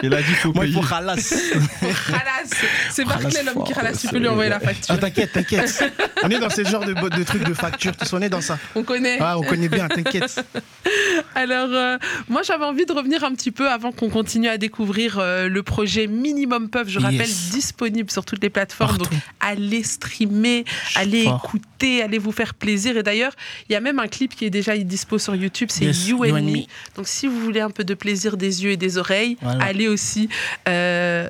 Speaker 3: Il a dit faut
Speaker 4: Moi,
Speaker 3: payer.
Speaker 4: il faut ralasse.
Speaker 2: Ralasse. C'est
Speaker 4: Ralasse
Speaker 2: Barclay l'homme qui
Speaker 4: fort,
Speaker 2: ralasse. Tu
Speaker 4: c'est-
Speaker 2: peux lui envoyer la facture.
Speaker 6: Ah, t'inquiète, t'inquiète. On est dans ce genre de, bo- de trucs de facture, tout ça, on est dans ça.
Speaker 2: On connaît.
Speaker 6: Ah, on connaît bien, t'inquiète.
Speaker 2: Alors, euh, moi, j'avais envie de revenir un petit peu avant qu'on continue à découvrir euh, le projet Minimum Puff. Je
Speaker 4: Yes.
Speaker 2: rappelle, disponible sur toutes les plateformes. Donc, allez streamer, allez
Speaker 4: Fort.
Speaker 2: écouter, allez vous faire plaisir. Et d'ailleurs, il y a même un clip qui est déjà dispo sur YouTube. C'est
Speaker 4: Yes,
Speaker 2: You and, me.
Speaker 4: Me.
Speaker 2: Donc, si vous voulez un peu de plaisir des yeux et des oreilles,
Speaker 4: Voilà.
Speaker 2: allez aussi. euh,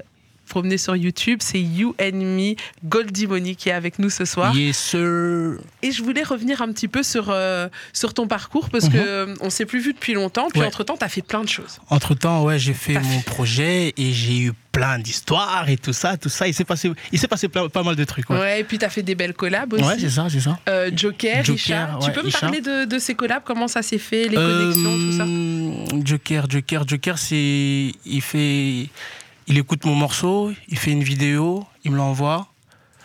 Speaker 2: promener sur YouTube, c'est You and Me, Goldie Money qui est avec nous ce soir.
Speaker 4: Yes, sir.
Speaker 2: Et je voulais revenir un petit peu sur, euh, sur ton parcours parce que euh, on s'est plus vu depuis longtemps. Puis
Speaker 4: Mhm. Ouais.
Speaker 2: entre temps, t'as fait plein de choses.
Speaker 4: Entre temps, ouais, j'ai fait
Speaker 2: T'as
Speaker 4: mon projet et j'ai eu plein d'histoires et tout ça, tout ça. Il s'est passé, il s'est passé plein- pas mal de trucs.
Speaker 2: Ouais.
Speaker 4: Ouais,
Speaker 2: et puis t'as fait des belles collabs aussi.
Speaker 4: ouais c'est ça, c'est ça.
Speaker 2: Euh, Joker,
Speaker 4: Joker,
Speaker 2: Richard. tu
Speaker 4: ouais,
Speaker 2: peux me
Speaker 4: Richard.
Speaker 2: parler de, de ces collabs, comment ça s'est fait, les connexions, tout ça
Speaker 4: Euh, tout ça. Hum, Joker, Joker, Joker, c'est, il fait, il écoute mon morceau, il fait une vidéo, il me l'envoie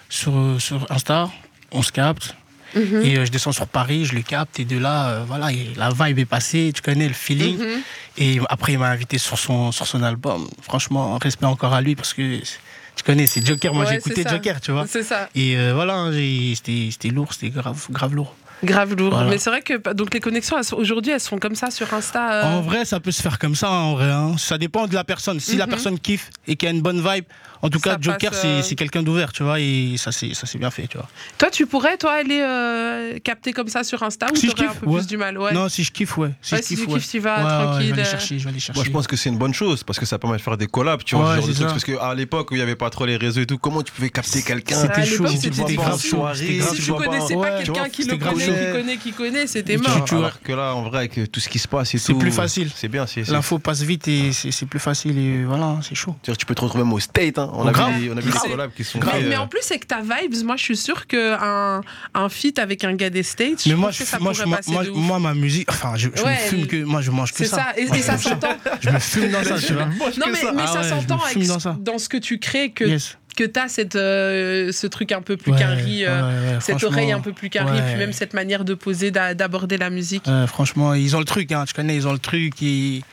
Speaker 4: sur sur Insta, on se capte.
Speaker 2: Mhm.
Speaker 4: Et euh, je descends sur Paris, je le capte, et de là, euh, voilà, et la vibe est passée, tu connais le feeling.
Speaker 2: Mhm.
Speaker 4: Et après, il m'a invité sur son, sur son album. Franchement, respect encore à lui, parce que tu connais, c'est Joker, moi
Speaker 2: Ouais,
Speaker 4: j'ai
Speaker 2: c'est
Speaker 4: écouté
Speaker 2: ça.
Speaker 4: Joker, tu vois.
Speaker 2: C'est ça,
Speaker 4: Et euh, voilà, hein, j'ai- c'était c'était lourd, c'était grave, grave lourd.
Speaker 2: grave lourd.
Speaker 4: Voilà.
Speaker 2: Mais c'est vrai que bah, donc les connexions elles sont- aujourd'hui elles sont comme ça sur Insta. euh,
Speaker 4: En vrai, ça peut se faire comme ça, hein, en vrai. hein. Ça dépend de la personne. Si la
Speaker 2: Mhm.
Speaker 4: personne kiffe et qu'il a une bonne vibe, en tout
Speaker 2: Ça
Speaker 4: cas, Joker,
Speaker 2: passe,
Speaker 4: c'est
Speaker 2: euh,
Speaker 4: c'est quelqu'un d'ouvert, tu vois, et ça c'est ça, c'est bien fait, tu vois.
Speaker 2: Toi tu pourrais toi aller euh, capter comme ça sur Insta ou
Speaker 4: Si je
Speaker 2: t'aurais un
Speaker 4: kiffe,
Speaker 2: peu
Speaker 4: ouais.
Speaker 2: plus du mal ouais.
Speaker 4: Non, si je kiffe, ouais. Si
Speaker 2: Ouais,
Speaker 4: je
Speaker 2: si
Speaker 4: kiffe,
Speaker 2: tu
Speaker 4: ouais.
Speaker 2: kiffes, tu vas,
Speaker 4: Ouais, ouais,
Speaker 2: tranquille,
Speaker 4: je vais
Speaker 2: euh.
Speaker 4: aller chercher, je vais aller chercher.
Speaker 3: Moi, je pense que c'est une bonne chose parce que ça permet de faire des collabs, tu vois,
Speaker 4: Ouais,
Speaker 3: ce genre de
Speaker 4: c'est
Speaker 3: trucs.
Speaker 4: ça.
Speaker 3: Parce que à l'époque où il n'y avait pas trop les réseaux et tout, comment tu pouvais capter quelqu'un
Speaker 2: À
Speaker 4: c'était
Speaker 2: l'époque,
Speaker 4: chaud,
Speaker 3: Si tu le
Speaker 2: c'était
Speaker 3: vois
Speaker 4: c'était
Speaker 3: pas en
Speaker 4: grave chaud.
Speaker 3: soirée,
Speaker 4: c'était grave
Speaker 3: tu
Speaker 2: Si
Speaker 3: le
Speaker 2: tu
Speaker 3: vois pas en-
Speaker 2: connaissais
Speaker 4: ouais,
Speaker 2: pas
Speaker 4: tu
Speaker 2: quelqu'un
Speaker 3: vois,
Speaker 2: qui le
Speaker 4: c'était grave
Speaker 2: connaît, qui
Speaker 4: chaud.
Speaker 2: connaît, qui connaît, c'était
Speaker 4: Et tu-
Speaker 2: mort.
Speaker 4: tu vois.
Speaker 3: Alors que là, en vrai, avec tout ce qui se passe et tout,
Speaker 4: C'est plus facile.
Speaker 3: C'est bien, c'est. c'est-
Speaker 4: L'info passe vite et c'est c'est plus facile, et voilà, c'est chaud.
Speaker 3: c'est-à-dire que Tu peux te retrouver même au State. hein. On,
Speaker 4: Oh,
Speaker 3: a
Speaker 4: grave.
Speaker 3: vu des, on a vu des
Speaker 2: Grave.
Speaker 3: collabs qui sont.
Speaker 2: Mais,
Speaker 3: faits,
Speaker 2: mais
Speaker 3: euh,
Speaker 2: en plus, c'est que ta vibes, moi, je suis sûre qu'un un feat avec un gars des States,
Speaker 4: Mais
Speaker 2: je
Speaker 4: moi,
Speaker 2: pense
Speaker 4: je,
Speaker 2: que ça
Speaker 4: moi, je-
Speaker 2: pourrait
Speaker 4: moi,
Speaker 2: passer
Speaker 4: moi,
Speaker 2: de ouf.
Speaker 4: moi, ma musique, enfin, je, je
Speaker 2: Ouais,
Speaker 4: me fume
Speaker 2: elle-
Speaker 4: que, moi, je mange que
Speaker 2: c'est
Speaker 4: ça.
Speaker 2: ça, et,
Speaker 4: Moi,
Speaker 2: et
Speaker 4: je
Speaker 2: ça
Speaker 4: mange
Speaker 2: s'entend.
Speaker 4: Je me fume dans ça, tu vois.
Speaker 2: Non, mais, mais
Speaker 4: Ah
Speaker 2: ça
Speaker 4: ouais, je
Speaker 2: s'entend
Speaker 4: me
Speaker 2: avec-
Speaker 4: fume dans ça.
Speaker 2: dans ce que tu crées, que,
Speaker 4: Yes.
Speaker 2: que tu as cette, euh, ce truc un peu plus
Speaker 4: Ouais,
Speaker 2: carré, euh,
Speaker 4: ouais, ouais,
Speaker 2: cette
Speaker 4: franchement.
Speaker 2: oreille un peu plus carrée,
Speaker 4: ouais.
Speaker 2: puis même cette manière de poser, d'a- d'aborder la musique.
Speaker 4: Ouais, Euh, franchement, ils ont le truc, hein, tu connais, ils ont le truc. Et, et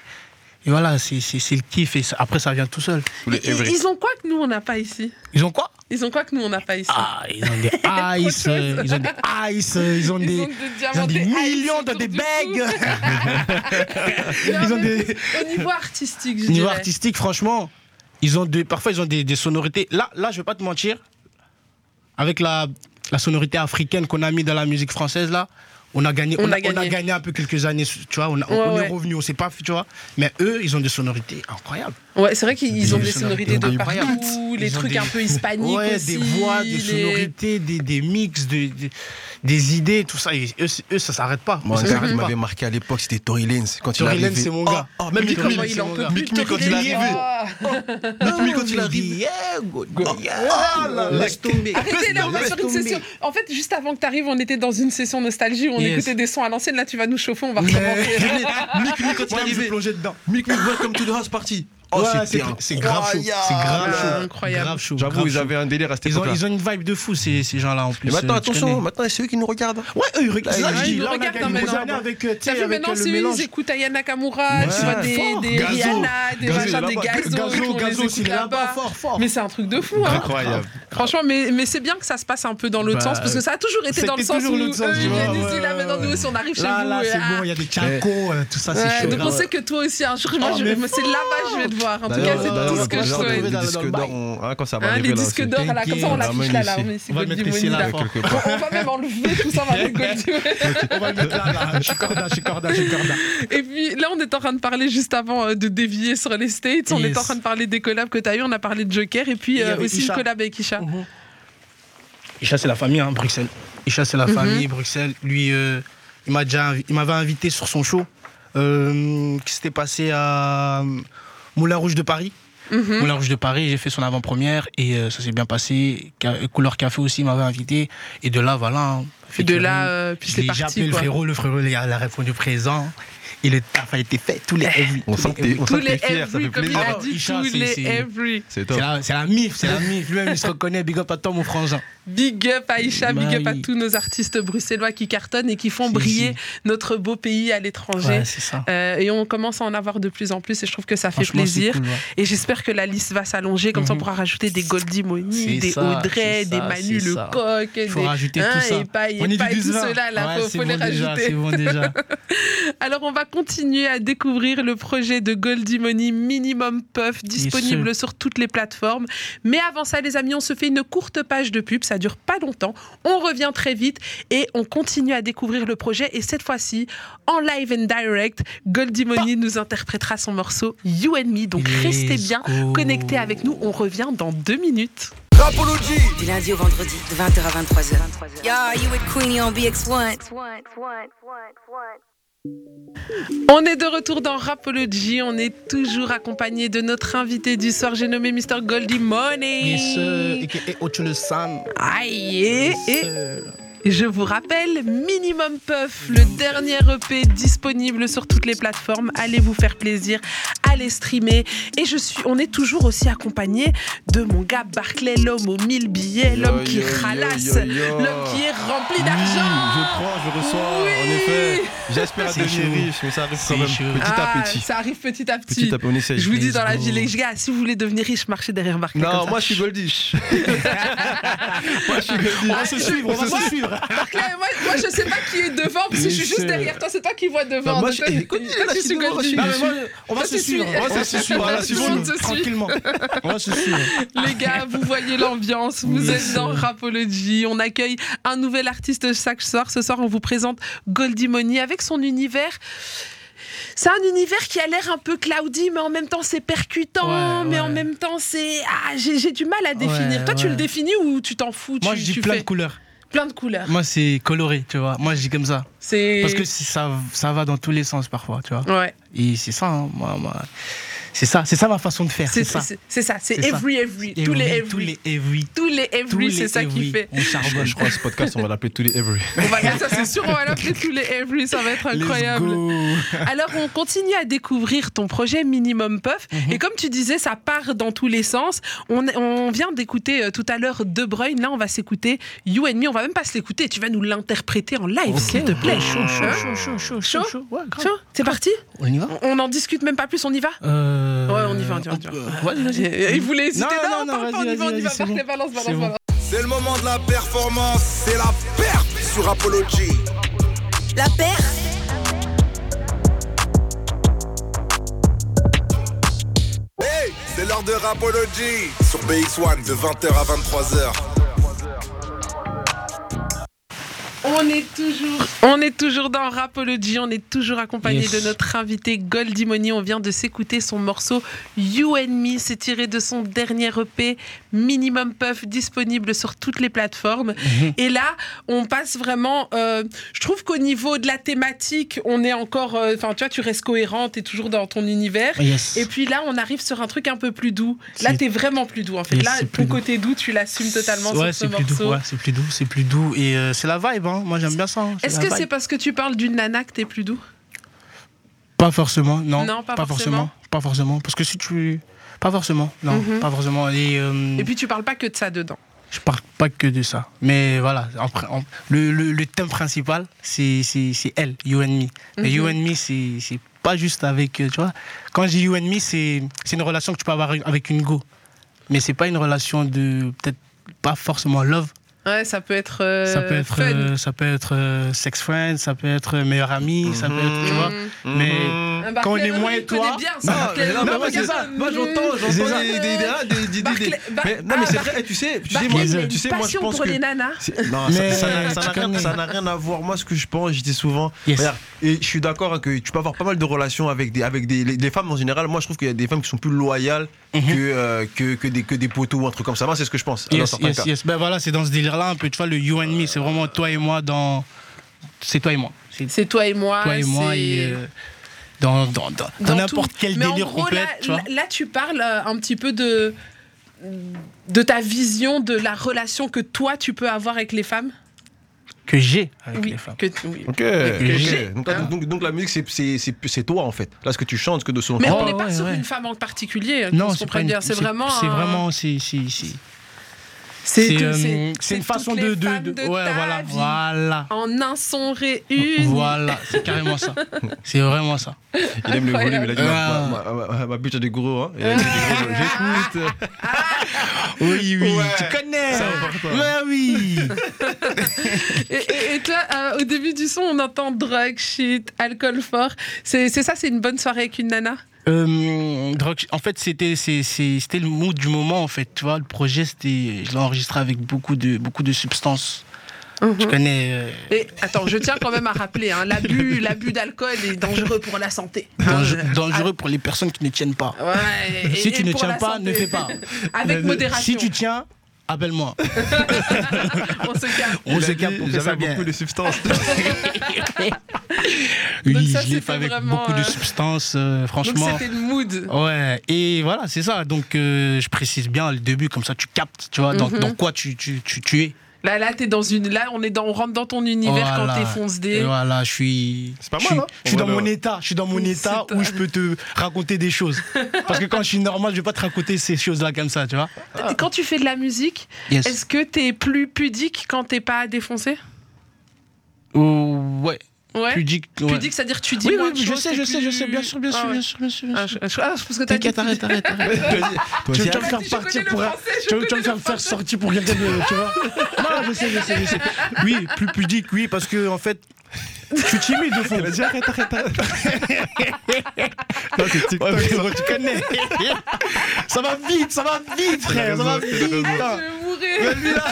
Speaker 4: voilà, c'est c'est- c'est le kiff. Et ça- après, ça vient tout seul.
Speaker 3: tous les
Speaker 2: Et- et-
Speaker 3: Every.
Speaker 2: ils ont quoi que nous, on n'a pas ici
Speaker 4: Ils ont quoi
Speaker 2: Ils ont quoi que nous, on n'a pas ici
Speaker 4: Ah, ils ont des ice, euh, ils ont des ice, euh, ils
Speaker 2: Ils ont
Speaker 4: ont des.
Speaker 2: des
Speaker 4: Ils
Speaker 2: diamants,
Speaker 4: ont des millions
Speaker 2: ice
Speaker 4: dans
Speaker 2: autour
Speaker 4: des
Speaker 2: du
Speaker 4: bagues.
Speaker 2: cou. Non,
Speaker 4: Ils ont
Speaker 2: mais
Speaker 4: des.
Speaker 2: Au niveau artistique, je
Speaker 4: Au niveau
Speaker 2: dirais.
Speaker 4: artistique, franchement, ils ont des. Parfois, ils ont des, des sonorités. Là, là, je vais pas te mentir. Avec la, la sonorité africaine qu'on a mis dans la musique française, là, on a gagné,
Speaker 2: On
Speaker 4: on,
Speaker 2: a
Speaker 4: a, on a
Speaker 2: gagné.
Speaker 4: gagné un peu quelques années, tu vois, on, a-
Speaker 2: Ouais,
Speaker 4: on
Speaker 2: ouais.
Speaker 4: est revenu, on sait pas, tu vois. Mais eux, ils ont des sonorités incroyables.
Speaker 2: Ouais, c'est vrai qu'ils ont des
Speaker 4: Des
Speaker 2: sonorités de
Speaker 4: incroyables.
Speaker 2: partout, les
Speaker 4: Ils ont
Speaker 2: trucs
Speaker 4: des-
Speaker 2: un peu hispaniques
Speaker 4: ouais,
Speaker 2: aussi.
Speaker 4: des voix, des
Speaker 2: les-
Speaker 4: sonorités, des, des mix, des, des, des idées, tout ça. Et eux, c'est- eux, ça s'arrête pas.
Speaker 3: Moi, un
Speaker 4: ça
Speaker 3: gars qui
Speaker 4: s'arrête pas.
Speaker 3: m'avait marqué à l'époque, c'était Tory Lanez. Quand il
Speaker 4: Tory
Speaker 3: est
Speaker 4: Lanez,
Speaker 3: arrivé.
Speaker 4: c'est mon gars.
Speaker 3: Oh, oh, même
Speaker 4: Lui,
Speaker 3: Mick
Speaker 4: comment
Speaker 2: Comment
Speaker 3: Mill,
Speaker 2: il en peut
Speaker 4: Mick
Speaker 2: plus
Speaker 3: Mill, quand
Speaker 2: Tory
Speaker 3: il est
Speaker 2: Lanez.
Speaker 3: arrivé.
Speaker 2: Ah.
Speaker 3: Mick Mill, quand il arrive.
Speaker 4: Oh, Laisse tomber.
Speaker 2: Arrêtez là, on va sur une session. En fait, juste avant que tu arrives, on était dans une session nostalgie, où on
Speaker 4: Yes.
Speaker 2: écoutait des sons à l'ancienne. Là, tu vas nous chauffer, on va recommencer.
Speaker 3: Mick Mill, quand il est
Speaker 4: Moi, je suis
Speaker 3: arrivé.
Speaker 4: plongé dedans.
Speaker 3: Mick Mill, welcome to the house party. Oh,
Speaker 4: Ouais,
Speaker 3: c'était
Speaker 4: c'est
Speaker 3: un-
Speaker 4: c'est grave chaud. C'est grave
Speaker 2: là,
Speaker 4: chaud.
Speaker 2: incroyable.
Speaker 4: Grave chaud.
Speaker 3: J'avoue,
Speaker 4: grave
Speaker 3: ils
Speaker 4: chaud.
Speaker 3: avaient un délire à cette
Speaker 4: Ils ont,
Speaker 3: époque-là.
Speaker 4: ils ont une vibe de fou, ces, ces gens-là en plus.
Speaker 3: Et maintenant,
Speaker 4: euh, tu
Speaker 3: attention,
Speaker 4: connais.
Speaker 3: maintenant, c'est eux qui nous regardent. hein.
Speaker 4: Ouais, eux, ils regardent.
Speaker 3: Là,
Speaker 4: Là,
Speaker 3: ils-
Speaker 4: je dis,
Speaker 2: ils
Speaker 4: là, on
Speaker 2: nous
Speaker 4: a
Speaker 2: regardent
Speaker 4: gagné des
Speaker 2: maintenant.
Speaker 4: années avec, euh, tu sais,
Speaker 2: Ça fait
Speaker 4: avec
Speaker 2: maintenant,
Speaker 4: euh, le
Speaker 2: c'est eux,
Speaker 4: mélange.
Speaker 2: ils écoutent Ayana Nakamura, tu
Speaker 3: Ouais,
Speaker 2: vois, des,
Speaker 3: fort.
Speaker 2: des
Speaker 3: Gazo.
Speaker 2: Rihanna, des
Speaker 3: Gazo, il
Speaker 2: machins, des
Speaker 3: est là-bas.
Speaker 2: Gazo. et tout,
Speaker 4: Gazo,
Speaker 2: on
Speaker 4: Gazo,
Speaker 2: les
Speaker 4: s'il est
Speaker 2: écoute
Speaker 4: là-bas,
Speaker 2: là-bas.
Speaker 4: fort, fort.
Speaker 2: Mais c'est un truc de fou, hein.
Speaker 3: Incroyable.
Speaker 2: Franchement, mais, mais c'est bien que ça se passe un peu dans l'autre
Speaker 4: Bah,
Speaker 2: sens, parce que ça a toujours été dans le
Speaker 4: c'était
Speaker 2: sens où
Speaker 4: toujours l'autre sens,
Speaker 2: eux,
Speaker 4: tu
Speaker 2: ils
Speaker 4: vois,
Speaker 2: viennent
Speaker 4: ouais,
Speaker 2: ici, là,
Speaker 4: ouais,
Speaker 2: maintenant, nous,
Speaker 4: ouais.
Speaker 2: aussi, on arrive chez
Speaker 4: Là,
Speaker 2: vous.
Speaker 4: là,
Speaker 2: et-
Speaker 4: c'est
Speaker 2: ah.
Speaker 4: bon, il y a des tchakos, euh, tout ça, c'est
Speaker 2: Ouais,
Speaker 4: chaud.
Speaker 2: donc
Speaker 4: là,
Speaker 2: on
Speaker 4: ouais.
Speaker 2: sait que toi aussi, un jour, moi,
Speaker 4: Ah,
Speaker 2: je-
Speaker 4: mais
Speaker 2: c'est là-bas que je vais te voir. En tout cas,
Speaker 3: D'ailleurs,
Speaker 2: c'est
Speaker 3: d'ailleurs,
Speaker 2: tout
Speaker 3: on
Speaker 2: ce que je
Speaker 3: regarde
Speaker 2: souhaite.
Speaker 3: Les
Speaker 4: dans le
Speaker 3: disques d'or,
Speaker 4: bail.
Speaker 3: on- hein, quand ça va
Speaker 2: Hein,
Speaker 3: arriver
Speaker 2: les
Speaker 3: là,
Speaker 2: disques
Speaker 3: c'est-
Speaker 2: d'or, là, comme ça, on
Speaker 4: on
Speaker 2: l'affiche
Speaker 3: l'amène
Speaker 2: là, là,
Speaker 3: ici.
Speaker 2: on met ici,
Speaker 4: On va
Speaker 2: Gold
Speaker 4: le mettre ici,
Speaker 2: Dimoni,
Speaker 4: là,
Speaker 2: là.
Speaker 4: quelque
Speaker 2: On- On va même enlever tout ça, on va mettre Gold Dimoni.
Speaker 4: On va le mettre là, là. Je suis corda, je suis corda, je suis corda.
Speaker 2: Et puis là, on est en train de parler juste avant euh, de dévier sur les States. On
Speaker 4: Yes.
Speaker 2: est en train de parler des collabs que tu as eu. On a parlé de Joker et puis
Speaker 4: Et
Speaker 2: euh,
Speaker 4: avec
Speaker 2: aussi
Speaker 4: Isha.
Speaker 2: une collab avec Isha.
Speaker 4: Isha, c'est la famille, hein, Bruxelles. Isha, c'est la
Speaker 2: Mhm.
Speaker 4: famille, Bruxelles. Lui, euh, il m'a déjà invi- il m'avait invité sur son show euh, qui s'était passé à euh, Moulin Rouge de Paris.
Speaker 2: Mhm.
Speaker 4: Moulin Rouge de Paris, j'ai fait son avant-première et euh, ça s'est bien passé. Ca- Couleur Café aussi m'avait invité. Et de là, voilà. hein,
Speaker 2: Et de là,
Speaker 4: featuring.
Speaker 2: euh, puis
Speaker 4: Je
Speaker 2: c'est
Speaker 4: l'ai
Speaker 2: parti,
Speaker 4: appelé le
Speaker 2: quoi.
Speaker 4: frérot, le frérot, il a il a répondu présent. Et le taf a été fait, tous les heavy.
Speaker 3: On sent que t'es on
Speaker 2: Tous
Speaker 3: sent que
Speaker 2: les
Speaker 3: t'es fier, ça fait
Speaker 2: every, comme il a
Speaker 3: plaisir.
Speaker 4: Ah,
Speaker 2: dit,
Speaker 4: Isha,
Speaker 2: tous
Speaker 4: c'est-
Speaker 2: les
Speaker 4: c'est-
Speaker 2: every.
Speaker 3: C'est top.
Speaker 4: C'est la, c'est la mif, c'est la mif. Lui-même, il se reconnaît. Big up à toi, mon frangin.
Speaker 2: Big up à Isha,
Speaker 4: Bah
Speaker 2: big up à
Speaker 4: oui.
Speaker 2: tous nos artistes bruxellois qui cartonnent et qui font
Speaker 4: Si,
Speaker 2: briller
Speaker 4: si.
Speaker 2: notre beau pays à l'étranger.
Speaker 4: Ouais, c'est ça.
Speaker 2: Euh, et on commence à en avoir de plus en plus et je trouve que ça fait
Speaker 4: Franchement, c'est
Speaker 2: plaisir.
Speaker 4: cool, ouais.
Speaker 2: Et j'espère que la liste va s'allonger, comme ça on
Speaker 4: Mhm.
Speaker 2: pourra rajouter des Goldie Moni,
Speaker 4: C'est
Speaker 2: des
Speaker 4: ça,
Speaker 2: Audrey,
Speaker 4: c'est
Speaker 2: des
Speaker 4: ça,
Speaker 2: Manu
Speaker 4: c'est
Speaker 2: le
Speaker 4: ça.
Speaker 2: Coq,
Speaker 4: Il faut
Speaker 2: des-
Speaker 4: rajouter
Speaker 2: hein,
Speaker 4: tout ça.
Speaker 2: et pas- et
Speaker 4: On est
Speaker 2: pas-
Speaker 4: du
Speaker 2: et tout
Speaker 4: 12-20.
Speaker 2: cela, là,
Speaker 4: Ouais,
Speaker 2: faut-
Speaker 4: c'est
Speaker 2: faut les
Speaker 4: bon déjà,
Speaker 2: rajouter.
Speaker 4: C'est bon déjà.
Speaker 2: Alors on va continuer à découvrir le projet de Goldie Money Minimum Puff disponible sur toutes les plateformes. Mais avant ça les amis, on se fait une courte page de pub, ça dure pas longtemps. On revient très vite et on continue à découvrir le projet et cette fois-ci en live and direct, Goldie Money nous interprétera son morceau You and Me. Donc
Speaker 4: Let's
Speaker 2: restez bien
Speaker 4: go.
Speaker 2: connectés avec nous, on revient dans deux minutes.
Speaker 1: Rapology
Speaker 5: Du lundi au vendredi, de 20h à 23h. Yeah, you with Queenie on BX1.
Speaker 2: On est de retour dans Rapology, on est toujours accompagné de notre invité du soir, j'ai nommé Mr Goldie Money.
Speaker 4: Yes, sir, aka Ochule San.
Speaker 2: Aïe, et,
Speaker 4: Yes,
Speaker 2: et
Speaker 4: sir.
Speaker 2: je vous rappelle, Minimum Puff, le dernier EP disponible sur toutes les plateformes. Allez vous faire plaisir, allez streamer. Et je suis, on est toujours aussi accompagné de mon gars Barclay, l'homme aux mille billets, l'homme qui ralasse, l'homme qui est rempli
Speaker 3: Ah Oui, je
Speaker 2: d'argent.
Speaker 3: prends, je reçois, en
Speaker 2: Oui.
Speaker 3: effet. J'espère à
Speaker 4: C'est
Speaker 3: devenir
Speaker 4: chaud.
Speaker 3: riche, mais ça arrive quand
Speaker 4: C'est
Speaker 3: même
Speaker 4: chaud.
Speaker 3: petit à
Speaker 2: Ah,
Speaker 3: petit.
Speaker 2: Ça arrive petit à petit.
Speaker 3: Petit à petit, on essaye.
Speaker 2: je vous dis dans la
Speaker 4: go.
Speaker 2: vie, les gars, si vous voulez devenir riche, marchez derrière Barclay. comme
Speaker 3: Non,
Speaker 2: ça.
Speaker 3: moi je suis Goldish. moi je suis Goldish.
Speaker 2: Ah,
Speaker 4: On va se suivre, on va se suivre.
Speaker 2: Barclay, moi, moi, je sais pas qui est devant, parce que je suis juste
Speaker 4: Monsieur.
Speaker 2: derrière toi, c'est toi qui vois devant.
Speaker 3: Non, moi,
Speaker 2: Donc,
Speaker 3: je-
Speaker 2: toi,
Speaker 3: écoute, il est
Speaker 2: toi,
Speaker 3: là,
Speaker 2: tu
Speaker 3: je suis
Speaker 2: suis
Speaker 3: devant,
Speaker 2: Goldie.
Speaker 3: je suis
Speaker 4: Non, mais moi, on va
Speaker 2: Ça,
Speaker 4: se
Speaker 2: c'est
Speaker 4: suivre.
Speaker 2: sûr.
Speaker 4: On va se
Speaker 3: Tout
Speaker 4: suivre. On va
Speaker 3: le
Speaker 4: se
Speaker 2: monde se
Speaker 4: suivre.
Speaker 2: suit.
Speaker 4: Tranquillement. On va se suivre.
Speaker 2: Les gars, vous voyez l'ambiance, vous
Speaker 4: Yes.
Speaker 2: êtes dans Rapology. On accueille un nouvel artiste chaque soir. Ce soir, on vous présente Goldie Money avec son univers. C'est un univers qui a l'air un peu cloudy, mais en même temps c'est percutant,
Speaker 4: Ouais,
Speaker 2: mais en
Speaker 4: ouais.
Speaker 2: même temps c'est. Ah, j'ai j'ai du mal à définir.
Speaker 4: Ouais,
Speaker 2: Toi, tu
Speaker 4: ouais.
Speaker 2: le définis ou tu t'en fous
Speaker 4: Moi,
Speaker 2: tu,
Speaker 4: je dis
Speaker 2: tu
Speaker 4: plein
Speaker 2: fais
Speaker 4: de couleurs.
Speaker 2: plein de couleurs.
Speaker 4: Moi, c'est coloré, tu vois. Moi, je dis comme ça.
Speaker 2: C'est.
Speaker 4: Parce que c'est- ça, ça va dans tous les sens parfois, tu vois.
Speaker 2: Ouais,
Speaker 4: Et c'est ça, hein, moi, moi. C'est ça, c'est ça ma façon de faire.
Speaker 2: c'est
Speaker 4: C'est ça.
Speaker 2: c'est- c'est ça, c'est
Speaker 4: C'est ça.
Speaker 2: every, every,
Speaker 4: Et
Speaker 2: tous les
Speaker 4: oui,
Speaker 2: every.
Speaker 4: Tous les every.
Speaker 2: Tous les
Speaker 4: Tous
Speaker 2: every,
Speaker 4: les
Speaker 2: c'est ça qui
Speaker 4: every.
Speaker 2: fait.
Speaker 4: On charbonne.
Speaker 3: Je crois que ce podcast, on va l'appeler tous les Every.
Speaker 2: On va là, ça c'est sûr, on va l'appeler tous les every, ça va être incroyable. Alors, on continue à découvrir ton projet Minimum Puff.
Speaker 4: Mhm.
Speaker 2: Et comme tu disais, ça part dans tous les sens. On, on vient d'écouter euh, tout à l'heure De Bruyne. Là, on va s'écouter You and Me. On va même pas se l'écouter. Tu vas nous l'interpréter en live, s'il te plaît.
Speaker 4: Chaud, chaud,
Speaker 2: Hein
Speaker 4: chaud, chaud,
Speaker 2: Chaud
Speaker 4: chaud, chaud, chaud. Ouais, grave.
Speaker 2: Chaud C'est parti
Speaker 4: On y va
Speaker 2: On- On en discute même pas plus, on y va
Speaker 4: Euh,
Speaker 2: Ouais, on y va, on y va, on y va.
Speaker 4: euh, ouais, vas-y.
Speaker 2: Et- et Il voulait hésiter.
Speaker 4: Non,
Speaker 2: Non,
Speaker 4: non,
Speaker 2: parle
Speaker 4: non,
Speaker 2: pas, on y
Speaker 4: vas-y,
Speaker 2: va, on y
Speaker 4: vas-y,
Speaker 2: va.
Speaker 4: c'est
Speaker 2: Barclay,
Speaker 4: bon.
Speaker 2: balance, balance,
Speaker 4: C'est bon.
Speaker 2: balance.
Speaker 1: C'est le moment de la performance, c'est la perte sur Apology.
Speaker 5: La paire,
Speaker 1: Hey, c'est l'heure de Rapology sur BX1 de 20h à 23h.
Speaker 2: On On est toujours, on est toujours dans Rapology, on est toujours accompagné
Speaker 4: Yes.
Speaker 2: de notre invité Goldie Money. On vient de s'écouter son morceau You and Me, c'est tiré de son dernier EP Minimum Puff, disponible sur toutes les plateformes.
Speaker 4: Mhm.
Speaker 2: Et là, on passe vraiment. euh, je trouve qu'au niveau de la thématique, on est encore. euh, Enfin, tu vois, tu restes cohérente et toujours dans ton univers.
Speaker 4: Ah, Yes.
Speaker 2: Et puis là, on arrive sur un truc un peu plus doux. Là,
Speaker 4: C'est-
Speaker 2: t'es vraiment plus doux en fait.
Speaker 4: Yes,
Speaker 2: là,
Speaker 4: c'est
Speaker 2: ton
Speaker 4: plus doux.
Speaker 2: côté doux, tu l'assumes totalement
Speaker 4: ouais,
Speaker 2: sur
Speaker 4: c'est
Speaker 2: ce
Speaker 4: plus doux,
Speaker 2: morceau.
Speaker 4: ouais, c'est plus doux, c'est plus doux. Et euh, c'est la vibe, hein. moi j'aime bien ça. hein.
Speaker 2: Est-ce
Speaker 4: la
Speaker 2: que c'est
Speaker 4: vibe.
Speaker 2: parce que tu parles d'une nana que t'es plus doux
Speaker 4: Pas forcément, non.
Speaker 2: Non, pas forcément.
Speaker 4: Pas forcément. Parce que si tu. Pas forcément, non,
Speaker 2: Mhm.
Speaker 4: pas forcément. Et, euh,
Speaker 2: Et puis tu parles pas que de ça dedans.
Speaker 4: je parle pas que de ça. Mais voilà, après, en- le, le- le thème principal, c'est c'est- c'est elle, You and Me.
Speaker 2: Mhm.
Speaker 4: Mais You and Me, c'est c'est pas juste avec. euh, Tu vois, quand je dis You and Me, c'est c'est une relation que tu peux avoir avec une go. Mais c'est pas une relation de. Peut-être pas forcément love.
Speaker 2: Ouais, ça peut être, euh,
Speaker 4: ça peut être,
Speaker 2: fun.
Speaker 4: euh, ça peut être euh, sex friend, ça peut être euh, meilleur ami,
Speaker 3: Mhm.
Speaker 4: ça peut être. Tu vois,
Speaker 2: Mm-hmm.
Speaker 4: mais.
Speaker 2: Un Barclay
Speaker 4: quand on est
Speaker 2: Rodriguez
Speaker 4: moins et toi-
Speaker 2: connaît bien ça,
Speaker 3: Non,
Speaker 2: Barclay
Speaker 3: mais non, mais
Speaker 2: Rodriguez.
Speaker 3: moi, c'est ça. Moi, j'entends,
Speaker 4: C'est
Speaker 3: j'entends
Speaker 4: ça.
Speaker 3: des, des, des, des, des, des-
Speaker 2: mm-hmm. Barclay- Bar-
Speaker 3: Mais, non, mais
Speaker 2: ah,
Speaker 3: c'est
Speaker 2: Barclay-
Speaker 3: vrai, tu sais, tu sais,
Speaker 2: Barclay,
Speaker 3: moi,
Speaker 2: il a
Speaker 3: tu
Speaker 2: une
Speaker 3: sais, moi, je
Speaker 2: passion
Speaker 3: pense
Speaker 2: pour
Speaker 3: que.
Speaker 2: les nanas.
Speaker 3: C'est- Non,
Speaker 4: Mais
Speaker 3: ça- ça n'a- ça
Speaker 4: tu
Speaker 3: n'a rien,
Speaker 4: connais.
Speaker 3: ça n'a rien à voir. Moi, ce que je pense, je dis souvent,
Speaker 4: Yes.
Speaker 3: regarde, et je suis d'accord hein, que tu peux avoir pas mal de relations avec des, avec des les- les femmes en général. Moi, je trouve qu'il y a des femmes qui sont plus loyales que, euh, que, que, des, que des poteaux ou un truc comme ça. Moi, c'est ce que je pense. dans
Speaker 4: Mhm. Yes,
Speaker 3: certains
Speaker 4: yes,
Speaker 3: cas.
Speaker 4: yes. Ben voilà, c'est dans ce délire-là un peu, tu vois, le you and me, c'est vraiment toi et moi dans. C'est toi et moi. C'est
Speaker 2: C'est toi et moi.
Speaker 4: toi et moi
Speaker 2: c'est-
Speaker 4: et. euh, dans dans- dans-
Speaker 2: dans
Speaker 4: dans n'importe
Speaker 2: tout.
Speaker 4: quel
Speaker 2: Mais en
Speaker 4: délire
Speaker 2: gros,
Speaker 4: complet,
Speaker 2: là,
Speaker 4: tu vois.
Speaker 2: là- là, tu parles euh, un petit peu de de ta vision de la relation que toi tu peux avoir avec les femmes.
Speaker 4: Que j'ai avec
Speaker 2: oui,
Speaker 4: les femmes.
Speaker 2: que tu- oui.
Speaker 3: Ok, Hein
Speaker 4: j'ai.
Speaker 3: ok. Donc, donc, donc, donc la musique, c'est- c'est- c'est c'est toi en fait. Là, ce que tu chantes, ce que de son.
Speaker 2: Mais on
Speaker 4: Oh,
Speaker 2: n'est pas
Speaker 4: ouais,
Speaker 2: sur
Speaker 4: ouais.
Speaker 2: une femme en particulier. hein, qu'on
Speaker 4: Non,
Speaker 2: se
Speaker 4: c'est
Speaker 2: comprenne
Speaker 4: pas une-
Speaker 2: bien. C'est vraiment.
Speaker 4: C'est
Speaker 2: un-
Speaker 4: vraiment. c'est- c'est- c'est-
Speaker 2: C'est
Speaker 4: c'est,
Speaker 2: tout-
Speaker 4: euh,
Speaker 2: c'est-
Speaker 4: C'est une
Speaker 2: toutes
Speaker 4: façon
Speaker 2: les
Speaker 4: de. de-
Speaker 2: femmes
Speaker 4: de- Ouais,
Speaker 2: ta
Speaker 4: voilà.
Speaker 2: vie.
Speaker 4: Voilà.
Speaker 2: En un son réuni.
Speaker 4: Voilà, c'est carrément ça. C'est vraiment ça.
Speaker 3: Il aime le volume, il a dit ma,
Speaker 4: Ah.
Speaker 3: ma, ma, ma- ma bute a des gros. Hein. Il a dit des gros, J'écoute.
Speaker 4: Oui, oui,
Speaker 3: Ouais.
Speaker 4: tu connais.
Speaker 3: C'est important.
Speaker 4: Ouais, oui.
Speaker 2: Et, et- et toi, euh, au début du son, on entend drug, shit, alcool fort. C'est c'est ça, c'est une bonne soirée avec une nana
Speaker 4: Euh, Drug- en fait, c'était c'est- c'est- c'était le mood du moment en fait. Tu vois, le projet c'était, je l'ai enregistré avec beaucoup de beaucoup de substances.
Speaker 2: Mhm.
Speaker 4: Tu connais. euh,
Speaker 2: Et attends, je tiens quand même à rappeler, hein, l'abus, l'abus d'alcool est dangereux pour la santé. Ah,
Speaker 4: dangereux, dangereux pour les personnes qui ne tiennent pas.
Speaker 2: Ouais, et-
Speaker 4: Si
Speaker 2: et
Speaker 4: tu ne
Speaker 2: pour
Speaker 4: tiens
Speaker 2: la
Speaker 4: pas, ne
Speaker 2: santé.
Speaker 4: fais pas.
Speaker 2: Avec modération.
Speaker 4: Si tu tiens, appelle-moi.
Speaker 2: On se calme.
Speaker 4: On
Speaker 3: Il a
Speaker 4: se
Speaker 3: dit,
Speaker 4: calme pour que
Speaker 3: j'avais
Speaker 4: ça vienne.
Speaker 3: beaucoup de substances.
Speaker 2: Donc
Speaker 4: Oui,
Speaker 2: ça,
Speaker 4: je l'ai
Speaker 2: c'était
Speaker 4: fait avec
Speaker 2: vraiment,
Speaker 4: beaucoup
Speaker 2: euh,
Speaker 4: de substances, euh,
Speaker 2: Donc
Speaker 4: franchement.
Speaker 2: c'était le mood.
Speaker 4: Ouais, et voilà, c'est ça. Donc euh, je précise bien le début, comme ça tu captes, tu vois, dans,
Speaker 2: Mhm.
Speaker 4: dans quoi tu, tu, tu, tu es.
Speaker 2: Là, là, t'es dans une. Là, on est dans, on rentre dans ton univers
Speaker 4: Voilà.
Speaker 2: quand t'es fonce
Speaker 4: Et
Speaker 2: dé.
Speaker 4: voilà, je suis.
Speaker 3: C'est pas
Speaker 4: je suis-
Speaker 3: mal, hein
Speaker 4: Je suis dans
Speaker 3: Voilà.
Speaker 4: mon état. Je suis dans mon
Speaker 2: C'est
Speaker 4: état
Speaker 2: pas-
Speaker 4: où je peux te raconter des choses. Parce que quand je suis normal, je vais pas te raconter ces choses-là comme ça, tu vois.
Speaker 2: Quand tu fais de la musique, est-ce que t'es plus pudique quand t'es pas défoncé
Speaker 4: Oh, ouais.
Speaker 2: Ouais.
Speaker 4: Pudique. ouais.
Speaker 2: Pudique, c'est-à-dire tu dis.
Speaker 4: Oui,
Speaker 2: moins
Speaker 4: oui,
Speaker 2: de
Speaker 4: je
Speaker 2: choses,
Speaker 4: sais,
Speaker 2: t'es
Speaker 4: je sais, je
Speaker 2: plus-
Speaker 4: sais. Bien sûr, bien
Speaker 2: Ah
Speaker 4: sûr,
Speaker 2: ouais.
Speaker 4: bien sûr, bien sûr. bien
Speaker 2: Ah,
Speaker 4: sûr.
Speaker 2: je, ah, je pense que t'as dit.
Speaker 4: T'inquiète, arrête, arrête, arrête. Tu vas me faire
Speaker 2: Je
Speaker 4: partir
Speaker 2: connais
Speaker 4: pour
Speaker 2: le
Speaker 4: un-
Speaker 2: français, je
Speaker 4: Tu vas- tu vas
Speaker 2: connais
Speaker 4: me
Speaker 2: le
Speaker 4: faire faire sortir pour quelqu'un de. Tu vois Non, je sais, je sais, je sais. Oui, plus pudique, oui, parce que en fait. Je suis timide au fond.
Speaker 3: Vas-y, arrête, arrête, arrête.
Speaker 4: Ouais, frérot, tu connais. ça va vite, ça va vite, frère. Ça va
Speaker 3: T'as
Speaker 4: vite.
Speaker 3: raison, t'as
Speaker 2: Je
Speaker 4: hein.
Speaker 2: vais mourir.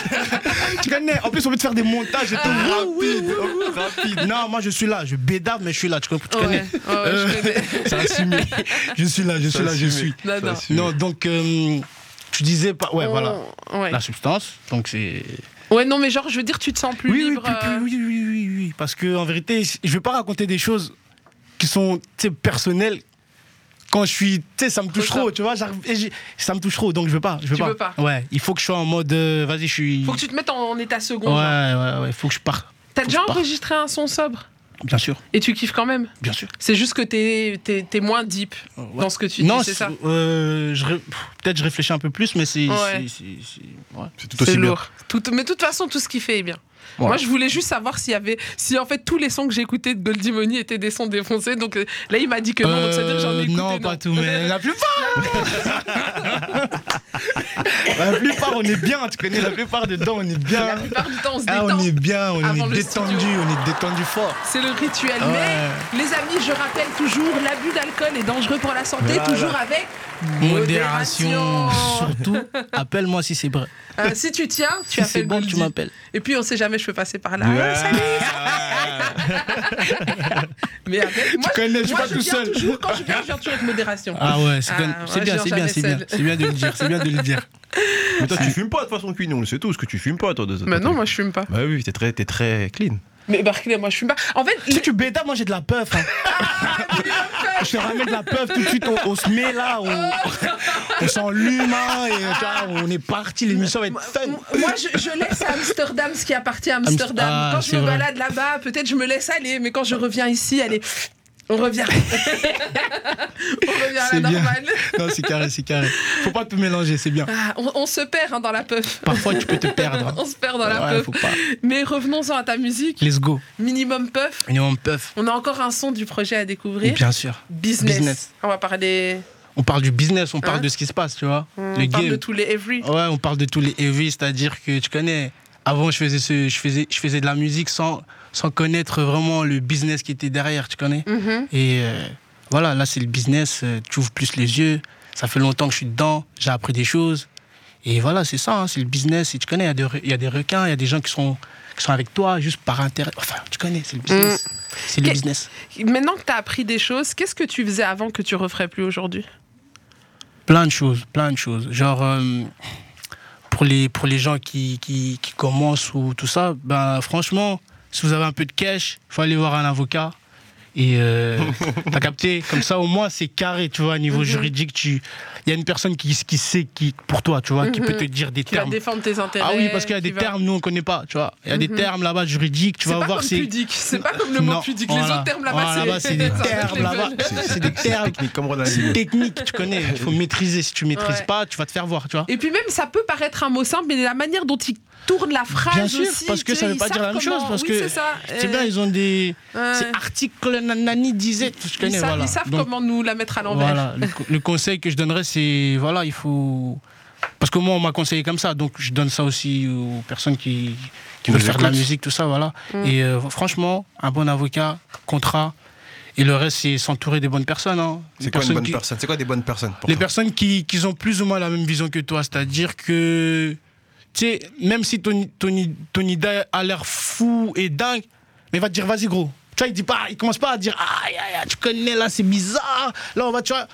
Speaker 4: Tu connais. En plus, on peut te faire des montages et tout.
Speaker 3: Rapide, rapide.
Speaker 4: Non, moi je suis là, je bédave, mais je suis là, tu comprends- tu
Speaker 2: Ouais,
Speaker 4: connais. Euh,
Speaker 2: ouais, je connais.
Speaker 4: C'est assumé. Je suis là, je suis
Speaker 3: Ça,
Speaker 4: là, je
Speaker 3: c'est-
Speaker 4: suis.
Speaker 2: Non, non.
Speaker 3: ça, c'est-
Speaker 4: Non, donc euh, tu disais pas. Ouais, voilà.
Speaker 2: On- Ouais.
Speaker 4: La substance, donc c'est.
Speaker 2: Ouais, non, mais genre, je veux dire, tu te sens plus
Speaker 4: Oui, oui,
Speaker 2: libre.
Speaker 4: plus- plus-
Speaker 2: euh,
Speaker 4: oui, oui, oui, oui. Parce que en vérité, je vais pas raconter des choses qui sont tu sais, personnelles. Quand je suis, tu sais, ça me touche
Speaker 2: Faut ça.
Speaker 4: trop, tu vois, j'arrive- et j'ai- ça me touche trop, donc je veux pas, je veux
Speaker 2: Tu
Speaker 4: pas.
Speaker 2: veux pas.
Speaker 4: Ouais, il faut que je sois en mode, euh, vas-y, je suis.
Speaker 2: Faut que tu hein. te mettes en, en état
Speaker 4: Ouais,
Speaker 2: second. genre.
Speaker 4: ouais, ouais, faut que je parte.
Speaker 2: T'as
Speaker 4: faut
Speaker 2: déjà
Speaker 4: que je parte.
Speaker 2: enregistré un son sobre
Speaker 4: Bien sûr,
Speaker 2: et tu kiffes quand même.
Speaker 4: bien sûr.
Speaker 2: C'est juste que t'es es, moins deep
Speaker 4: Ouais.
Speaker 2: dans ce que tu
Speaker 4: non,
Speaker 2: dis, c'est ça
Speaker 4: euh, je ré- pff, peut-être je réfléchis un peu plus, mais c'est.
Speaker 2: Ouais.
Speaker 4: c'est- c'est- c'est- ouais.
Speaker 3: C'est tout
Speaker 2: C'est
Speaker 3: aussi bien.
Speaker 2: lourd. Tout, mais de toute façon, tout ce qu'il fait est bien.
Speaker 4: Ouais.
Speaker 2: Moi, je voulais juste savoir s'il y avait, si en fait tous les sons que j'écoutais de Goldie Money étaient des sons défoncés. Donc euh, là, il m'a dit que non. donc ça veut dire que j'en ai
Speaker 4: Euh,
Speaker 2: écouté.
Speaker 4: non, pas tout, mais la plupart.
Speaker 6: La plupart, on est bien, tu connais, la plupart dedans, on est
Speaker 2: La
Speaker 6: bien.
Speaker 2: plupart du temps, on se
Speaker 6: Ah, on
Speaker 2: détend.
Speaker 6: est bien, on
Speaker 2: avant
Speaker 6: est
Speaker 2: le
Speaker 6: détendu,
Speaker 2: studio.
Speaker 6: on est détendu fort.
Speaker 2: C'est le rituel.
Speaker 6: Ouais.
Speaker 2: Mais les amis, je rappelle toujours, l'abus d'alcool est dangereux pour la santé,
Speaker 6: Voilà.
Speaker 2: toujours avec
Speaker 4: Modération. Surtout, appelle-moi si c'est vrai.
Speaker 2: Euh, si tu tiens, tu
Speaker 4: Si
Speaker 2: appelles
Speaker 4: c'est bon,
Speaker 2: Goldie.
Speaker 4: tu m'appelles.
Speaker 2: Et puis on sait jamais, je peux passer par là. Ah, salut. Mais avec moi,
Speaker 6: connais, je suis
Speaker 2: moi,
Speaker 6: pas tout
Speaker 2: viens
Speaker 6: seul.
Speaker 2: Toujours, quand je viens, je viens toujours avec modération.
Speaker 4: Ah ouais, c'est
Speaker 2: Ah,
Speaker 4: bien,
Speaker 2: moi,
Speaker 4: c'est
Speaker 2: je
Speaker 4: bien,
Speaker 2: viens
Speaker 4: c'est bien,
Speaker 2: jamais
Speaker 4: c'est bien.
Speaker 2: seul.
Speaker 4: C'est bien de le dire, c'est bien de le dire.
Speaker 3: Mais toi, tu fumes pas de toute façon, Queen, on le sait tous que tu fumes pas, toi. de- de-
Speaker 2: Mais
Speaker 3: de-
Speaker 2: non, moi je fume pas.
Speaker 3: Bah oui, t'es très, t'es très clean.
Speaker 2: Mais Barclay, moi je fume pas. En fait,
Speaker 4: Si tu bêta, moi j'ai de la puff. hein. Je te ramène de la puff tout de suite, on, on se met là, on, on s'enlume hein, et tu vois, on est parti, l'émission va être fun.
Speaker 2: moi je, je laisse à Amsterdam ce qui appartient à Amsterdam.
Speaker 4: Ah,
Speaker 2: quand je
Speaker 4: c'est
Speaker 2: me
Speaker 4: vrai.
Speaker 2: balade là-bas, peut-être je me laisse aller, mais quand je reviens ici, allez, on revient. on revient à la
Speaker 6: C'est bien.
Speaker 2: normale.
Speaker 6: Non, c'est carré, c'est carré. Faut pas tout mélanger, c'est bien.
Speaker 2: Ah, on, on se perd hein, dans la puff.
Speaker 4: Parfois tu peux te perdre.
Speaker 2: On se perd dans la
Speaker 4: hein. Ouais,
Speaker 2: puff.
Speaker 4: faut pas.
Speaker 2: Mais revenons-en à ta musique.
Speaker 4: Let's go.
Speaker 2: Minimum puff.
Speaker 4: Et on puff.
Speaker 2: On a encore un son du projet à
Speaker 4: Et
Speaker 2: découvrir.
Speaker 4: bien sûr.
Speaker 2: business.
Speaker 4: business.
Speaker 2: On va parler.
Speaker 4: On parle du business, on
Speaker 2: Hein
Speaker 4: parle de ce qui se passe, tu vois.
Speaker 2: On parle
Speaker 4: le game. Oh.
Speaker 2: de tous les every.
Speaker 4: Ouais, on parle de tous les heavy, c'est-à-dire que tu connais. Avant, je faisais, ce, je faisais, je faisais de la musique sans, sans connaître vraiment le business qui était derrière, tu connais.
Speaker 2: Mhm.
Speaker 4: Et euh, voilà, là, c'est le business. euh, tu ouvres plus les yeux. Ça fait longtemps que je suis dedans. J'ai appris des choses. Et voilà, c'est ça, hein, c'est le business. Et tu connais, il y a des re- il y, a des requins, il y a des gens qui sont, qui sont avec toi juste par intérêt. Enfin, tu connais, c'est le business. C'est le
Speaker 2: Mm. Que-
Speaker 4: business.
Speaker 2: Maintenant que tu as appris des choses, qu'est-ce que tu faisais avant que tu referais plus aujourd'hui
Speaker 4: Plein de choses, plein de choses. Genre, euh, pour, les, pour les gens qui, qui, qui commencent ou tout ça, ben, franchement, si vous avez un peu de cash, il faut aller voir un avocat. Et euh, t'as capté Comme ça, au moins, c'est carré, tu vois, au
Speaker 2: Mhm.
Speaker 4: niveau juridique. tu- Il y a une personne qui, qui sait qui, pour toi, tu vois, qui peut te dire des
Speaker 2: Mhm. Qui va
Speaker 4: termes.
Speaker 2: défendre tes intérêts
Speaker 4: Ah oui, parce qu'il y a des
Speaker 2: qui va- Mhm.
Speaker 4: termes, nous, on connaît pas, tu vois. Il y a des termes là-bas juridiques, tu
Speaker 2: C'est
Speaker 4: vas
Speaker 2: pas
Speaker 4: voir
Speaker 2: comme
Speaker 4: c'est.
Speaker 2: pudique, c'est pas comme le mot
Speaker 4: Non,
Speaker 2: pudique. Les
Speaker 4: voilà.
Speaker 2: autres termes
Speaker 4: Voilà,
Speaker 2: là-bas,
Speaker 4: là-bas, c'est des termes là-bas.
Speaker 3: C'est-
Speaker 4: C'est des termes
Speaker 3: Technique, comme on a dit.
Speaker 4: c'est technique, tu connais. Il faut maîtriser. Si tu maîtrises
Speaker 2: Ouais.
Speaker 4: pas, tu vas te faire voir, tu vois.
Speaker 2: Et puis même, ça peut paraître un mot simple, mais la manière dont ils tournent la phrase
Speaker 4: Bien sûr,
Speaker 2: aussi,
Speaker 4: parce que
Speaker 2: tu sais,
Speaker 4: ça veut
Speaker 2: ils
Speaker 4: pas dire la
Speaker 2: savent
Speaker 4: même chose,
Speaker 2: comment-
Speaker 4: parce
Speaker 2: oui,
Speaker 4: que
Speaker 2: c'est ça.
Speaker 4: C'est
Speaker 2: euh,
Speaker 4: bien, ils ont des.
Speaker 2: ouais.
Speaker 4: C'est article nanani disait. Tu
Speaker 2: Ils
Speaker 4: connais,
Speaker 2: savent,
Speaker 4: voilà.
Speaker 2: ils savent
Speaker 4: Donc,
Speaker 2: comment nous la mettre à l'envers.
Speaker 4: voilà. Le, co- le conseil que je donnerais, c'est voilà, il faut. Parce que moi, on m'a conseillé comme ça, donc je donne ça aussi aux personnes qui, qui veulent
Speaker 3: nous
Speaker 4: faire de la
Speaker 3: écoutent.
Speaker 4: musique, tout ça, voilà.
Speaker 2: Mm.
Speaker 4: Et euh, franchement, un bon avocat, contrat, et le reste, c'est s'entourer des bonnes personnes. hein. Des
Speaker 3: C'est quoi une
Speaker 4: personnes
Speaker 3: bonne
Speaker 4: qui-
Speaker 3: personne C'est quoi des bonnes personnes pour
Speaker 4: les
Speaker 3: toi
Speaker 4: personnes qui, qui ont plus ou moins la même vision que toi, c'est-à-dire que, tu sais, même si Tony, Tony, Tony Da a l'air fou et dingue, mais il va te dire, vas-y gros. Tu vois, il dit pas, il commence pas à dire, aïe, aïe, aïe, tu connais, là, c'est bizarre. Là, on va, tu vois,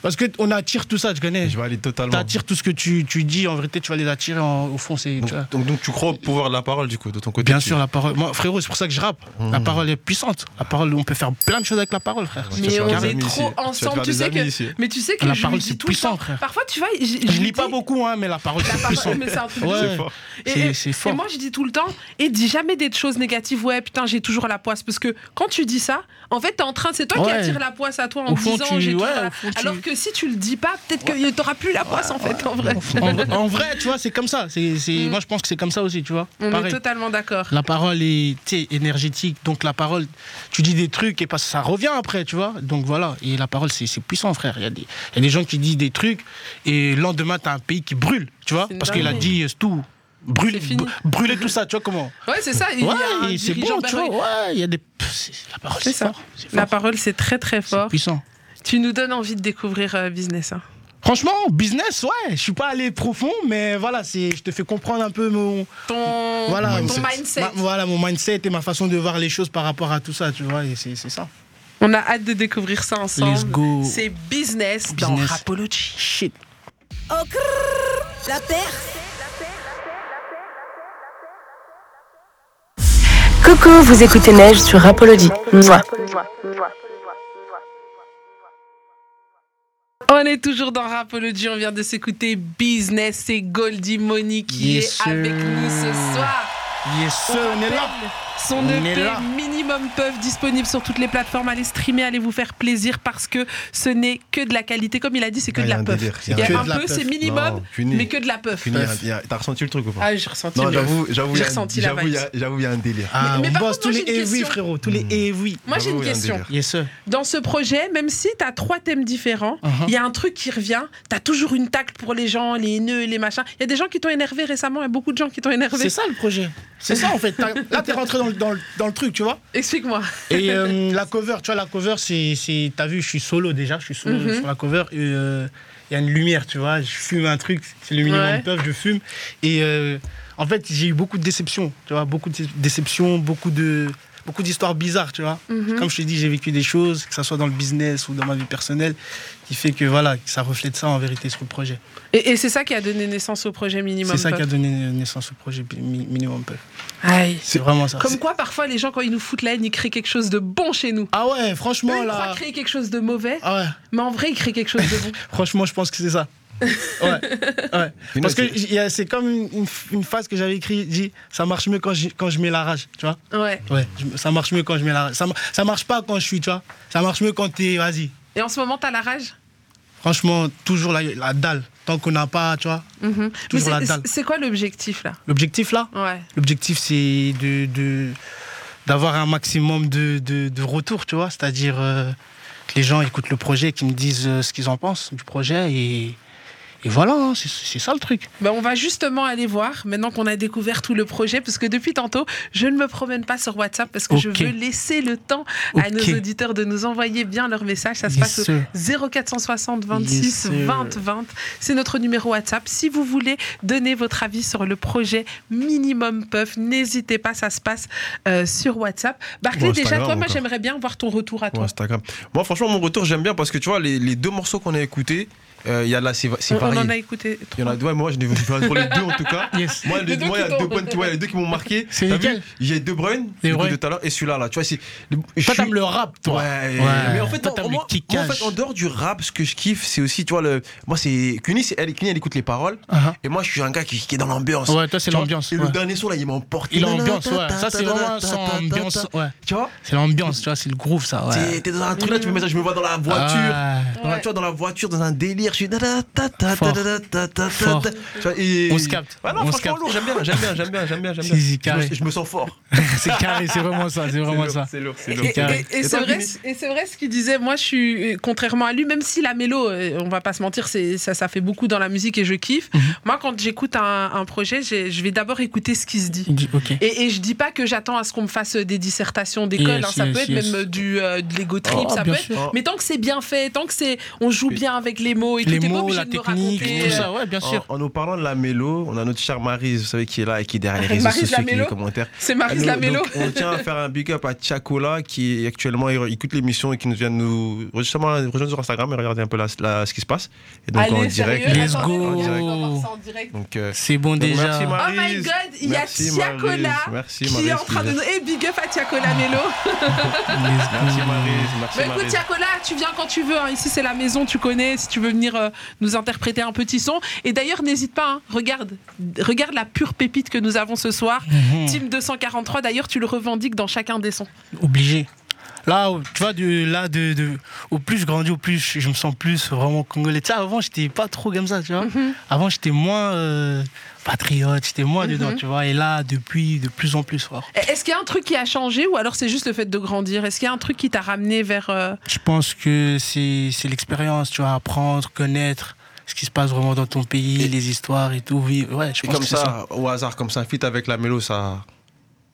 Speaker 4: parce qu'on attire tout ça, tu connais.
Speaker 6: Je vais aller totalement.
Speaker 4: T'attires tout ce que tu, tu dis, en vérité, tu vas les attirer, en- au fond, c'est. tu vois.
Speaker 3: donc, donc, donc tu crois au pouvoir de la parole du coup de ton côté
Speaker 4: Bien
Speaker 3: tu- Mmh.
Speaker 4: sûr, la parole. Moi, frérot, c'est pour ça que je rappe. La parole est puissante. La parole, on peut faire plein de choses avec la parole, frère.
Speaker 3: Tu vas te
Speaker 2: Mais
Speaker 3: faire
Speaker 2: on
Speaker 3: des
Speaker 2: est
Speaker 3: amis ici. Tu vas
Speaker 2: trop
Speaker 3: te faire
Speaker 2: ensemble,
Speaker 3: des
Speaker 2: tu sais
Speaker 3: amis
Speaker 2: que.
Speaker 3: ici.
Speaker 2: Mais tu sais que
Speaker 4: La
Speaker 2: je
Speaker 4: parole,
Speaker 2: lui dis
Speaker 4: c'est
Speaker 2: tout le
Speaker 4: puissant,
Speaker 2: temps.
Speaker 4: frère.
Speaker 2: Parfois, tu vois, je, je
Speaker 4: Je
Speaker 2: lui
Speaker 4: lis pas
Speaker 2: dis-
Speaker 4: beaucoup, hein, mais la parole,
Speaker 2: La
Speaker 4: c'est
Speaker 2: parole,
Speaker 4: puissant.
Speaker 2: mais c'est un truc de
Speaker 4: Ouais.
Speaker 2: ouf. Et-
Speaker 4: C'est-
Speaker 2: et-
Speaker 4: c'est fort.
Speaker 2: Et moi, je dis tout le temps, et dis jamais des choses négatives. Ouais, putain, j'ai toujours la poisse. Parce que quand tu dis ça, en fait, t'es en train, c'est toi qui
Speaker 4: Ouais.
Speaker 2: attires la poisse à toi en
Speaker 4: Au fond,
Speaker 2: disant
Speaker 4: tu-
Speaker 2: j'ai toujours
Speaker 4: ouais,
Speaker 2: la-
Speaker 4: au fond, tu-
Speaker 2: Alors que si tu le dis pas, peut-être que t'auras plus la poisse en fait, en vrai.
Speaker 4: en, vrai- en vrai, tu vois, c'est comme ça. C'est, c'est- Moi, je pense que c'est comme ça aussi, tu vois.
Speaker 2: Mm. On est
Speaker 4: Pareil.
Speaker 2: totalement d'accord.
Speaker 4: La parole est tu sais, énergétique, donc la parole, tu dis des trucs et pas- ça revient après, tu vois. Donc voilà, et la parole, c'est, c'est puissant, frère. Il y, a des- il y a des gens qui disent des trucs et le lendemain, t'as un pays qui brûle, tu vois,
Speaker 2: C'est une
Speaker 4: parce qu'il a
Speaker 2: dinguerie.
Speaker 4: dit euh, c'est tout. Brûler,
Speaker 2: C'est fini.
Speaker 4: br- brûler tout ça, tu vois comment
Speaker 2: Ouais, c'est ça. il y a
Speaker 4: Ouais,
Speaker 2: un
Speaker 4: et c'est
Speaker 2: dirigeant
Speaker 4: bon, tu vois.
Speaker 2: barré.
Speaker 4: Ouais, il y a des. Pff, c'est- La parole,
Speaker 2: C'est
Speaker 4: c'est,
Speaker 2: ça.
Speaker 4: fort. C'est fort.
Speaker 2: La parole, c'est très très
Speaker 4: C'est
Speaker 2: fort.
Speaker 4: puissant.
Speaker 2: Tu nous donnes envie de découvrir euh, business. hein.
Speaker 4: Franchement, business, ouais, je suis pas allé profond, mais voilà, c'est, je te fais comprendre un peu mon,
Speaker 2: Ton,
Speaker 4: voilà,
Speaker 2: ton mindset.
Speaker 4: Ma- voilà mon mindset et ma façon de voir les choses par rapport à tout ça, tu vois, et c'est c'est ça.
Speaker 2: On a hâte de découvrir ça ensemble.
Speaker 4: Let's go.
Speaker 2: C'est business, dans
Speaker 4: Business.
Speaker 2: Rapology.
Speaker 4: Shit.
Speaker 5: Oh, crrr, la perf.
Speaker 7: Coucou, vous écoutez Neige sur Rapology. Mouah.
Speaker 2: On est toujours dans Rapology, on vient de s'écouter Business et Goldie Money qui
Speaker 4: Yes,
Speaker 2: est
Speaker 4: sir.
Speaker 2: avec nous ce soir.
Speaker 4: Yes,
Speaker 2: On
Speaker 4: on est là.
Speaker 2: rappelle Son
Speaker 4: On est
Speaker 2: EP
Speaker 4: là.
Speaker 2: Minimum Puff disponible sur toutes les plateformes. Allez streamer, allez vous faire plaisir parce que ce n'est que de la qualité. Comme il a dit, c'est que
Speaker 3: Ah,
Speaker 2: de
Speaker 3: il y a
Speaker 2: la
Speaker 3: un
Speaker 2: puff.
Speaker 3: délire, il y
Speaker 2: Il
Speaker 3: a
Speaker 2: y
Speaker 3: un-
Speaker 2: a
Speaker 3: Que
Speaker 2: un
Speaker 3: de la
Speaker 2: peu,
Speaker 3: puff.
Speaker 2: c'est minimum,
Speaker 3: Non, fini.
Speaker 2: mais que de la puff.
Speaker 3: Fini, il y a- T'as ressenti le truc ou pas
Speaker 2: Ah, j'ai ressenti
Speaker 3: Non,
Speaker 2: le-
Speaker 3: j'avoue, j'avoue, il y
Speaker 2: J'ai
Speaker 3: a-
Speaker 2: ressenti la
Speaker 3: j'avoue, il y
Speaker 2: vibe.
Speaker 3: a- j'avoue, il y a un délire.
Speaker 4: Ah,
Speaker 2: mais
Speaker 4: on
Speaker 2: par
Speaker 4: bosse
Speaker 2: contre,
Speaker 4: tous
Speaker 2: moi,
Speaker 4: les
Speaker 2: j'ai une
Speaker 4: et oui,
Speaker 2: question.
Speaker 4: frérot, tous les et oui.
Speaker 2: Moi, j'ai
Speaker 3: J'avoue,
Speaker 2: une
Speaker 3: il y a un
Speaker 2: question.
Speaker 3: délire.
Speaker 4: Yes, sir.
Speaker 2: Dans ce projet, même si tu as trois thèmes différents, il
Speaker 3: Uh-huh.
Speaker 4: Mhm.
Speaker 2: y a un truc qui revient. Tu as toujours une tacle pour les gens, les nœuds, les machins. Il y a des gens qui t'ont énervé récemment, il y a beaucoup de gens qui t'ont énervé.
Speaker 4: C'est ça le projet. C'est ça en fait. T'as- Là, t'es rentré dans le, dans le- dans le truc, tu vois.
Speaker 2: Explique-moi.
Speaker 4: Et euh, la cover, tu vois, la cover, c'est. c'est- T'as vu, je suis solo déjà, je suis solo
Speaker 2: Mhm.
Speaker 4: sur la cover. et, euh, Il y a une lumière, tu vois. Je fume un truc, c'est le minimum
Speaker 2: Ouais.
Speaker 4: de puff, je fume. Et euh, en fait, j'ai eu beaucoup de déceptions, tu vois. Beaucoup de dé- déceptions, beaucoup de. Beaucoup d'histoires bizarres, tu vois.
Speaker 2: Mhm.
Speaker 4: Comme je t'ai dit, j'ai vécu des choses, que ce soit dans le business ou dans ma vie personnelle, qui fait que voilà, que ça reflète ça en vérité sur le projet.
Speaker 2: Et, et c'est ça qui a donné naissance au projet Minimum
Speaker 4: C'est ça
Speaker 2: Puff.
Speaker 4: qui a donné naissance au projet Mi- Minimum Puff.
Speaker 2: Aïe.
Speaker 4: C'est vraiment ça.
Speaker 2: Comme quoi, parfois, les gens, quand ils nous foutent la haine, ils créent quelque chose de bon chez nous.
Speaker 4: Ah ouais,
Speaker 2: Eux,
Speaker 4: franchement,
Speaker 2: ils croient
Speaker 4: là.
Speaker 2: créer quelque chose de mauvais,
Speaker 4: Ah ouais.
Speaker 2: mais en vrai, ils créent quelque chose de bon.
Speaker 4: Franchement, je pense que c'est ça. Ouais. ouais. Parce que il y a- c'est comme une, une- une phrase que j'avais écrite, dit ça marche mieux quand je, quand je mets la rage, tu vois.
Speaker 2: Ouais.
Speaker 4: Ouais, je- ça marche mieux quand je mets la rage. Ça, mar- ça marche pas quand je suis, tu vois. Ça marche mieux quand t'es, vas-y.
Speaker 2: Et en ce moment, t'as la rage
Speaker 4: Franchement, toujours la, la dalle. Tant qu'on n'a pas, tu vois.
Speaker 2: Mhm. Mais
Speaker 4: Toujours la
Speaker 2: c'est-
Speaker 4: dalle.
Speaker 2: c'est quoi l'objectif, là
Speaker 4: L'objectif là,
Speaker 2: Ouais.
Speaker 4: l'objectif c'est de, de- d'avoir un maximum de, de, de retours, tu vois. C'est-à-dire euh, que les gens écoutent le projet, qu'ils me disent euh, ce qu'ils en pensent du projet et, et voilà, hein, c'est, c'est ça le truc.
Speaker 2: Ben, on va justement aller voir, maintenant qu'on a découvert tout le projet, parce que depuis tantôt, je ne me promène pas sur WhatsApp, parce que je
Speaker 4: Ok.
Speaker 2: veux laisser le temps à
Speaker 4: Ok.
Speaker 2: nos auditeurs de nous envoyer bien leurs messages. Ça se
Speaker 4: Yes,
Speaker 2: passe au
Speaker 4: sir.
Speaker 2: 0460 26
Speaker 4: Yes, sir.
Speaker 2: 20 20. C'est notre numéro WhatsApp. Si vous voulez donner votre avis sur le projet Minimum Puff, n'hésitez pas, ça se passe euh, sur WhatsApp. Barclay,
Speaker 3: Ou
Speaker 2: déjà,
Speaker 3: Instagram
Speaker 2: toi, moi,
Speaker 3: encore.
Speaker 2: j'aimerais bien voir ton retour à
Speaker 3: Ou
Speaker 2: toi.
Speaker 3: Instagram. Moi, franchement, mon retour, j'aime bien parce que tu vois, les, les deux morceaux qu'on a écoutés, euh, il y a de la c'est va- c'est
Speaker 2: on, on
Speaker 3: varié.
Speaker 2: en a écouté
Speaker 3: Il y en
Speaker 2: trois.
Speaker 3: a deux, ouais, moi je n'ai pas trop les deux en tout cas.
Speaker 4: Yes.
Speaker 3: Moi, les-
Speaker 2: deux
Speaker 3: moi, il y
Speaker 2: qui
Speaker 3: a
Speaker 2: t'ont-
Speaker 3: deux bonnes, tu vois, il y a deux qui m'ont marqué.
Speaker 4: C'est
Speaker 3: T'as
Speaker 4: lesquels
Speaker 3: vu J'ai deux brunes,
Speaker 4: Les
Speaker 3: le coup
Speaker 4: bruns.
Speaker 3: de tout à l'heure, et celui-là, là. Tu vois, c'est. le- je
Speaker 4: Toi,
Speaker 3: suis-
Speaker 4: t'aimes le rap,
Speaker 3: Ouais,
Speaker 4: toi.
Speaker 3: mais en fait,
Speaker 4: Toi,
Speaker 3: en-
Speaker 4: t'aimes
Speaker 3: moi,
Speaker 4: le kickage.
Speaker 3: moi, en fait, en dehors du rap, ce que je kiffe, c'est aussi, tu vois, le, moi, c'est. Cuny, c'est- elle, Cuny, elle écoute les paroles,
Speaker 4: Ah,
Speaker 3: et moi, je suis un gars qui, qui est dans l'ambiance.
Speaker 4: ah. Ouais, toi,
Speaker 3: Tu
Speaker 4: c'est
Speaker 3: vois,
Speaker 4: l'ambiance.
Speaker 3: Et
Speaker 4: ouais.
Speaker 3: le dernier son, là, il m'emporte.
Speaker 4: Il a ambiance, ouais. Ça, c'est vraiment son ambiance. Ouais.
Speaker 3: Tu vois
Speaker 4: C'est l'ambiance, tu vois, c'est le groove, ça. Ouais.
Speaker 3: T'es- T'es dans un truc là, tu me mets ça, je me vois dans la voiture.
Speaker 4: Ah,
Speaker 3: Dans la, tu vois, dans la voiture, dans un délire, je suis. da- da- da- da-
Speaker 4: Fort.
Speaker 3: da- da- da- da-
Speaker 4: Fort.
Speaker 3: da- Tu vois, et-
Speaker 4: On se capte.
Speaker 3: Ouais, non,
Speaker 4: On se
Speaker 3: franchement,
Speaker 4: capte.
Speaker 3: lourd, j'aime bien, j'aime bien, j'aime bien, j'aime bien. j'aime
Speaker 4: Si,
Speaker 3: bien.
Speaker 4: si,
Speaker 3: Je me-
Speaker 4: carré.
Speaker 3: je, me sens fort.
Speaker 4: c'est carré, c'est vraiment ça, c'est vraiment
Speaker 3: lourd,
Speaker 4: ça.
Speaker 3: C'est lourd, c'est
Speaker 2: Et-
Speaker 3: lourd.
Speaker 2: et-
Speaker 4: carré.
Speaker 2: Et, et c'est
Speaker 3: toi,
Speaker 2: vrai,
Speaker 3: Kimi
Speaker 2: ce- et c'est vrai ce qu'il disait. Moi, je suis euh, contrairement à lui, même si la mélo, euh, on va pas se mentir, c'est ça, ça fait beaucoup dans la musique et je kiffe.
Speaker 3: Mhm.
Speaker 2: Moi, quand j'écoute un, un projet, j'ai- je vais d'abord écouter ce qui se dit.
Speaker 4: Il dit, ok.
Speaker 2: Et, et je dis pas que j'attends à ce qu'on me fasse des dissertations d'école.
Speaker 4: Yes,
Speaker 2: hein, ça
Speaker 4: yes,
Speaker 2: peut être
Speaker 4: yes.
Speaker 2: même euh, du euh, de l'ego trip,
Speaker 4: Oh,
Speaker 2: ça peut
Speaker 4: bien
Speaker 2: être.
Speaker 4: sûr.
Speaker 2: Mais tant que c'est bien fait, tant que c'est, on joue bien avec les mots et
Speaker 4: Les
Speaker 2: tout, t'es pas
Speaker 4: mots,
Speaker 2: obligé
Speaker 4: la
Speaker 2: de me
Speaker 4: technique,
Speaker 2: raconter,
Speaker 4: tout
Speaker 2: euh,
Speaker 4: ça, ouais, bien sûr.
Speaker 3: En, en nous parlant de la mélo, on a notre chère Marise, vous savez, qui est là et qui est derrière les réseaux
Speaker 2: Maryse
Speaker 3: sociaux, qui est
Speaker 2: Lamello
Speaker 3: les commentaires.
Speaker 2: C'est Marise la
Speaker 3: Donc,
Speaker 2: mélo.
Speaker 3: donc, on tient à faire un big up à Chacola qui est actuellement il écoute l'émission et qui nous vient de nous justement rejoindre sur Instagram et regarder un peu la- la- ce qui se passe. Et donc en
Speaker 2: Allez,
Speaker 3: direct.
Speaker 2: sérieux,
Speaker 4: Let's
Speaker 2: attendez,
Speaker 4: go.
Speaker 2: on va voir ça en direct.
Speaker 3: Donc, euh,
Speaker 4: C'est bon
Speaker 3: donc
Speaker 4: déjà.
Speaker 3: merci
Speaker 2: Oh my
Speaker 3: Maryse.
Speaker 2: god, il y a
Speaker 3: Merci,
Speaker 2: Tiakola
Speaker 3: Maryse. Merci,
Speaker 2: qui est
Speaker 3: Maryse,
Speaker 2: en train
Speaker 3: qui
Speaker 2: de
Speaker 3: vient.
Speaker 2: nous. Et big up à Tiakola Mélo.
Speaker 3: Merci Maryse, merci
Speaker 2: Bah écoute,
Speaker 3: Maryse.
Speaker 2: Tiakola, tu viens quand tu veux. hein. Ici, c'est la maison, tu connais. Si tu veux venir euh, nous interpréter un petit son. Et d'ailleurs, n'hésite pas. hein. Regarde, regarde la pure pépite que nous avons ce soir.
Speaker 4: Mhm.
Speaker 2: Team 243. D'ailleurs, tu le revendiques dans chacun des sons.
Speaker 4: euh, Obligé. Là, où- tu vois, de, là, de, de- au plus je grandis, au plus je, je me sens plus vraiment congolais. Tu sais, avant, j'étais pas trop comme ça, tu vois. Avant, j'étais moins euh, patriote, j'étais moins dedans, tu vois. Et là, depuis, de plus en plus fort.
Speaker 2: Et- E, Est-ce qu'il y a un truc qui a changé ou alors c'est juste le fait de grandir Est-ce qu'il y a un truc qui t'a ramené vers euh,
Speaker 4: Je pense que c'est c'est l'expérience, tu vois, apprendre, connaître ce qui se passe vraiment dans ton pays, les histoires et tout. Oui, ouais, je
Speaker 3: Et
Speaker 4: pense
Speaker 3: comme
Speaker 4: que c'est ça.
Speaker 3: ça, au hasard, comme ça, fit avec la mélo, ça.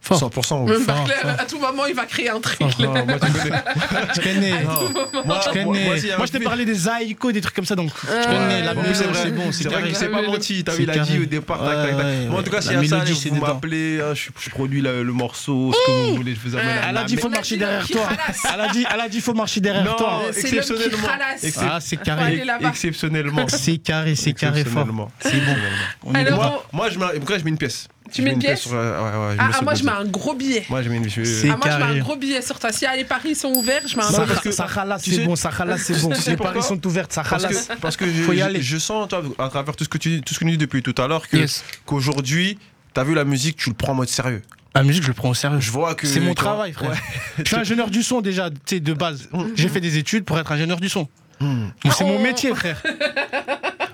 Speaker 4: Fort.
Speaker 3: 100%. ou-
Speaker 2: Même
Speaker 4: fort,
Speaker 2: Barclay,
Speaker 4: fort.
Speaker 2: à tout moment, il va créer un truc.
Speaker 4: Fort.
Speaker 3: Oh, moi, tu connais.
Speaker 4: Je connais. Ah,
Speaker 3: Non. Moi,
Speaker 4: Je
Speaker 3: moi,
Speaker 4: connais. Moi,
Speaker 3: moi, s'il y a un
Speaker 4: je t'ai
Speaker 3: fit-
Speaker 4: parlé des aïkos, des trucs comme ça, donc je connais la
Speaker 3: En plus,
Speaker 4: mélodie,
Speaker 3: c'est vrai,
Speaker 4: c'est bon,
Speaker 3: c'est vrai
Speaker 4: carré.
Speaker 3: qu'il s'est pas menti. T'as
Speaker 4: C'est
Speaker 3: vu, il a
Speaker 4: carré.
Speaker 3: dit au départ. tac,
Speaker 4: Ouais,
Speaker 3: tac, tac.
Speaker 4: ouais,
Speaker 3: Moi, en tout
Speaker 4: ouais.
Speaker 3: cas, s'il y
Speaker 4: La
Speaker 3: a ça,
Speaker 4: mélodie, c'est
Speaker 3: vous
Speaker 4: dedans.
Speaker 3: m'appelez, hein, je, je produis le, le morceau, ce
Speaker 2: Mmh.
Speaker 3: que vous voulez, je vous amène
Speaker 2: Ouais.
Speaker 3: à
Speaker 4: Elle
Speaker 3: la
Speaker 4: a dit
Speaker 3: main.
Speaker 4: faut
Speaker 2: mais-
Speaker 4: marcher
Speaker 2: Imagine
Speaker 4: derrière
Speaker 2: qui
Speaker 4: toi.
Speaker 2: ralasse.
Speaker 4: Elle a dit, elle a dit faut marcher derrière
Speaker 3: Non,
Speaker 4: toi.
Speaker 2: C'est l'homme qui
Speaker 3: exceptionnellement.
Speaker 2: ralasse.
Speaker 3: Excep-
Speaker 4: Ah, c'est
Speaker 2: Faut
Speaker 4: carré. Oh,
Speaker 2: aller là-bas.
Speaker 3: Exceptionnellement.
Speaker 4: C'est carré, c'est carré fort.
Speaker 3: Exceptionnellement.
Speaker 4: C'est bon. On est
Speaker 2: Alors,
Speaker 4: bon.
Speaker 3: Moi, moi, je mets, en tout cas, je mets une pièce.
Speaker 2: Tu
Speaker 3: Je
Speaker 2: mets une pièce
Speaker 3: sur, euh, ouais, ouais, je
Speaker 2: Ah,
Speaker 3: mets
Speaker 2: ah,
Speaker 3: sur
Speaker 2: moi,
Speaker 3: le
Speaker 2: je mets
Speaker 3: côté.
Speaker 2: un gros billet.
Speaker 3: Moi, je mets une pièce.
Speaker 4: C'est-
Speaker 2: Ah, moi, je mets un
Speaker 4: carré.
Speaker 2: gros billet sur toi. Si ah, les paris sont ouverts, je mets un
Speaker 4: Ça,
Speaker 3: Non,
Speaker 2: gros
Speaker 3: parce que-
Speaker 4: ça ralasse,
Speaker 3: tu
Speaker 4: c'est
Speaker 3: sais-
Speaker 4: bon. Ça ralasse,
Speaker 3: tu
Speaker 4: c'est bon.
Speaker 3: sais
Speaker 4: Les
Speaker 3: pourquoi
Speaker 4: paris sont ouvertes, ça
Speaker 3: Parce
Speaker 4: ralasse.
Speaker 3: que, parce que je,
Speaker 4: Faut y
Speaker 3: je-
Speaker 4: aller.
Speaker 3: je sens toi, à travers tout ce que tu dis- tout ce que tu dis depuis tout à l'heure que
Speaker 4: Yes.
Speaker 3: qu'aujourd'hui, t'as vu la musique, tu le prends en mode sérieux.
Speaker 4: La musique, je le prends au sérieux.
Speaker 3: Je vois que.
Speaker 4: C'est mon
Speaker 3: tu vois,
Speaker 4: travail, frère.
Speaker 3: ouais.
Speaker 4: Je suis ingénieur du son déjà, tu sais, de base. J'ai fait des études pour être ingénieur du son.
Speaker 3: Hmm.
Speaker 4: Bon, c'est mon métier, frère.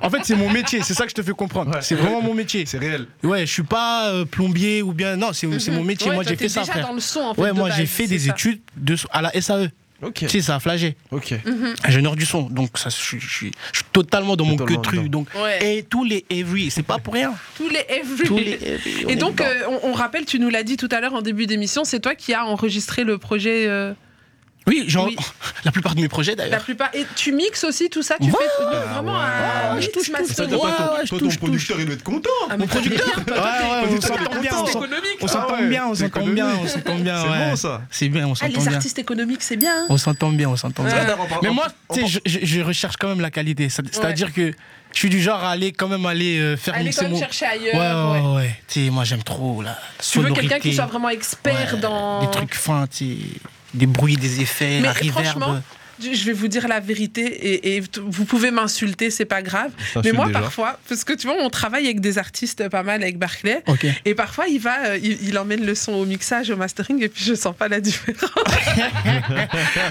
Speaker 4: En fait, c'est mon métier, c'est ça que je te fais comprendre.
Speaker 3: Ouais.
Speaker 4: C'est vraiment mon métier.
Speaker 3: C'est réel.
Speaker 4: Ouais, je suis pas euh, plombier ou bien. Non, c'est c'est mon
Speaker 2: Mhm.
Speaker 4: métier.
Speaker 2: Ouais,
Speaker 4: moi,
Speaker 2: toi,
Speaker 4: j'ai
Speaker 2: t'es
Speaker 4: fait ça,
Speaker 2: déjà
Speaker 4: frère.
Speaker 2: dans le son, en fait,
Speaker 4: ouais,
Speaker 2: de
Speaker 4: moi,
Speaker 2: base,
Speaker 4: j'ai fait
Speaker 2: c'est
Speaker 4: des
Speaker 2: ça.
Speaker 4: études de, à la SAE.
Speaker 3: Ok.
Speaker 4: Tu sais, ça a flagé.
Speaker 3: Ok.
Speaker 4: Mm.
Speaker 2: Mhm.
Speaker 4: Ingénieur du son. Donc, ça, je, suis- je suis, je suis totalement dans mon
Speaker 3: Totalement
Speaker 4: que truc.
Speaker 3: dedans.
Speaker 4: Donc,
Speaker 2: Ouais.
Speaker 4: et tous les every, c'est pas pour rien.
Speaker 2: Tous les every.
Speaker 4: Tous les every, on
Speaker 2: Et
Speaker 4: est
Speaker 2: donc,
Speaker 4: dedans.
Speaker 2: euh, on, on rappelle, tu nous l'as dit tout à l'heure en début d'émission, c'est toi qui as enregistré le projet. euh,
Speaker 4: oui, genre,
Speaker 2: oui.
Speaker 4: la plupart de mes projets
Speaker 2: La
Speaker 4: d'ailleurs.
Speaker 2: plupart. Et tu mixes aussi tout ça, tu
Speaker 4: Euh. Ouais. Ah
Speaker 2: fais euh, vraiment un
Speaker 4: Ouais, je
Speaker 2: mix
Speaker 4: touche, je touche.
Speaker 2: mastering.
Speaker 4: Ça doit
Speaker 3: Toi,
Speaker 4: Ouais,
Speaker 3: ton-
Speaker 4: ouais, je
Speaker 3: toi,
Speaker 4: touche,
Speaker 3: ton producteur, il doit être content.
Speaker 2: Ah, mais producteur,
Speaker 4: Ouais, ouais, on s'entend bien, on
Speaker 2: artiste
Speaker 4: s'entend-
Speaker 2: économique.
Speaker 4: on s'entend
Speaker 3: Ah ouais,
Speaker 4: bien, on s'entend bien, on s'entend bien.
Speaker 3: C'est
Speaker 4: Ah ouais.
Speaker 3: bon, ça.
Speaker 4: C'est bien, on
Speaker 2: Ah,
Speaker 4: s'entend
Speaker 2: les
Speaker 4: bien.
Speaker 2: artistes économiques, c'est bien. hein.
Speaker 4: On s'entend bien, on s'entend bien.
Speaker 3: Attends, on parle-
Speaker 4: Mais
Speaker 3: on-
Speaker 4: moi,
Speaker 3: on
Speaker 4: tu sais,
Speaker 3: parle-
Speaker 4: je, je- je recherche quand même la qualité. Ça- C'est-à-dire que je suis du genre à aller quand même aller euh, faire
Speaker 2: Allez
Speaker 4: mixer
Speaker 2: quand même
Speaker 4: mon-
Speaker 2: chercher
Speaker 4: Ouais,
Speaker 2: ailleurs. ouais.
Speaker 4: ouais, ouais. Tu sais, moi j'aime trop la
Speaker 2: Tu veux
Speaker 4: sonorité.
Speaker 2: quelqu'un qui soit vraiment expert
Speaker 4: Ouais,
Speaker 2: dans.
Speaker 4: Des trucs fins, tu sais, des bruits, des effets,
Speaker 2: Mais
Speaker 4: la reverb.
Speaker 2: franchement, je je vais vous dire la vérité et, et t- vous pouvez m'insulter, c'est pas grave. Mais
Speaker 3: t'insulte
Speaker 2: moi,
Speaker 3: déjà.
Speaker 2: parfois, parce que tu vois, on travaille avec des artistes pas mal, avec Barclay.
Speaker 4: Ok.
Speaker 2: Et parfois, il va, euh, il, il emmène le son au mixage, au mastering, et puis je sens pas la différence.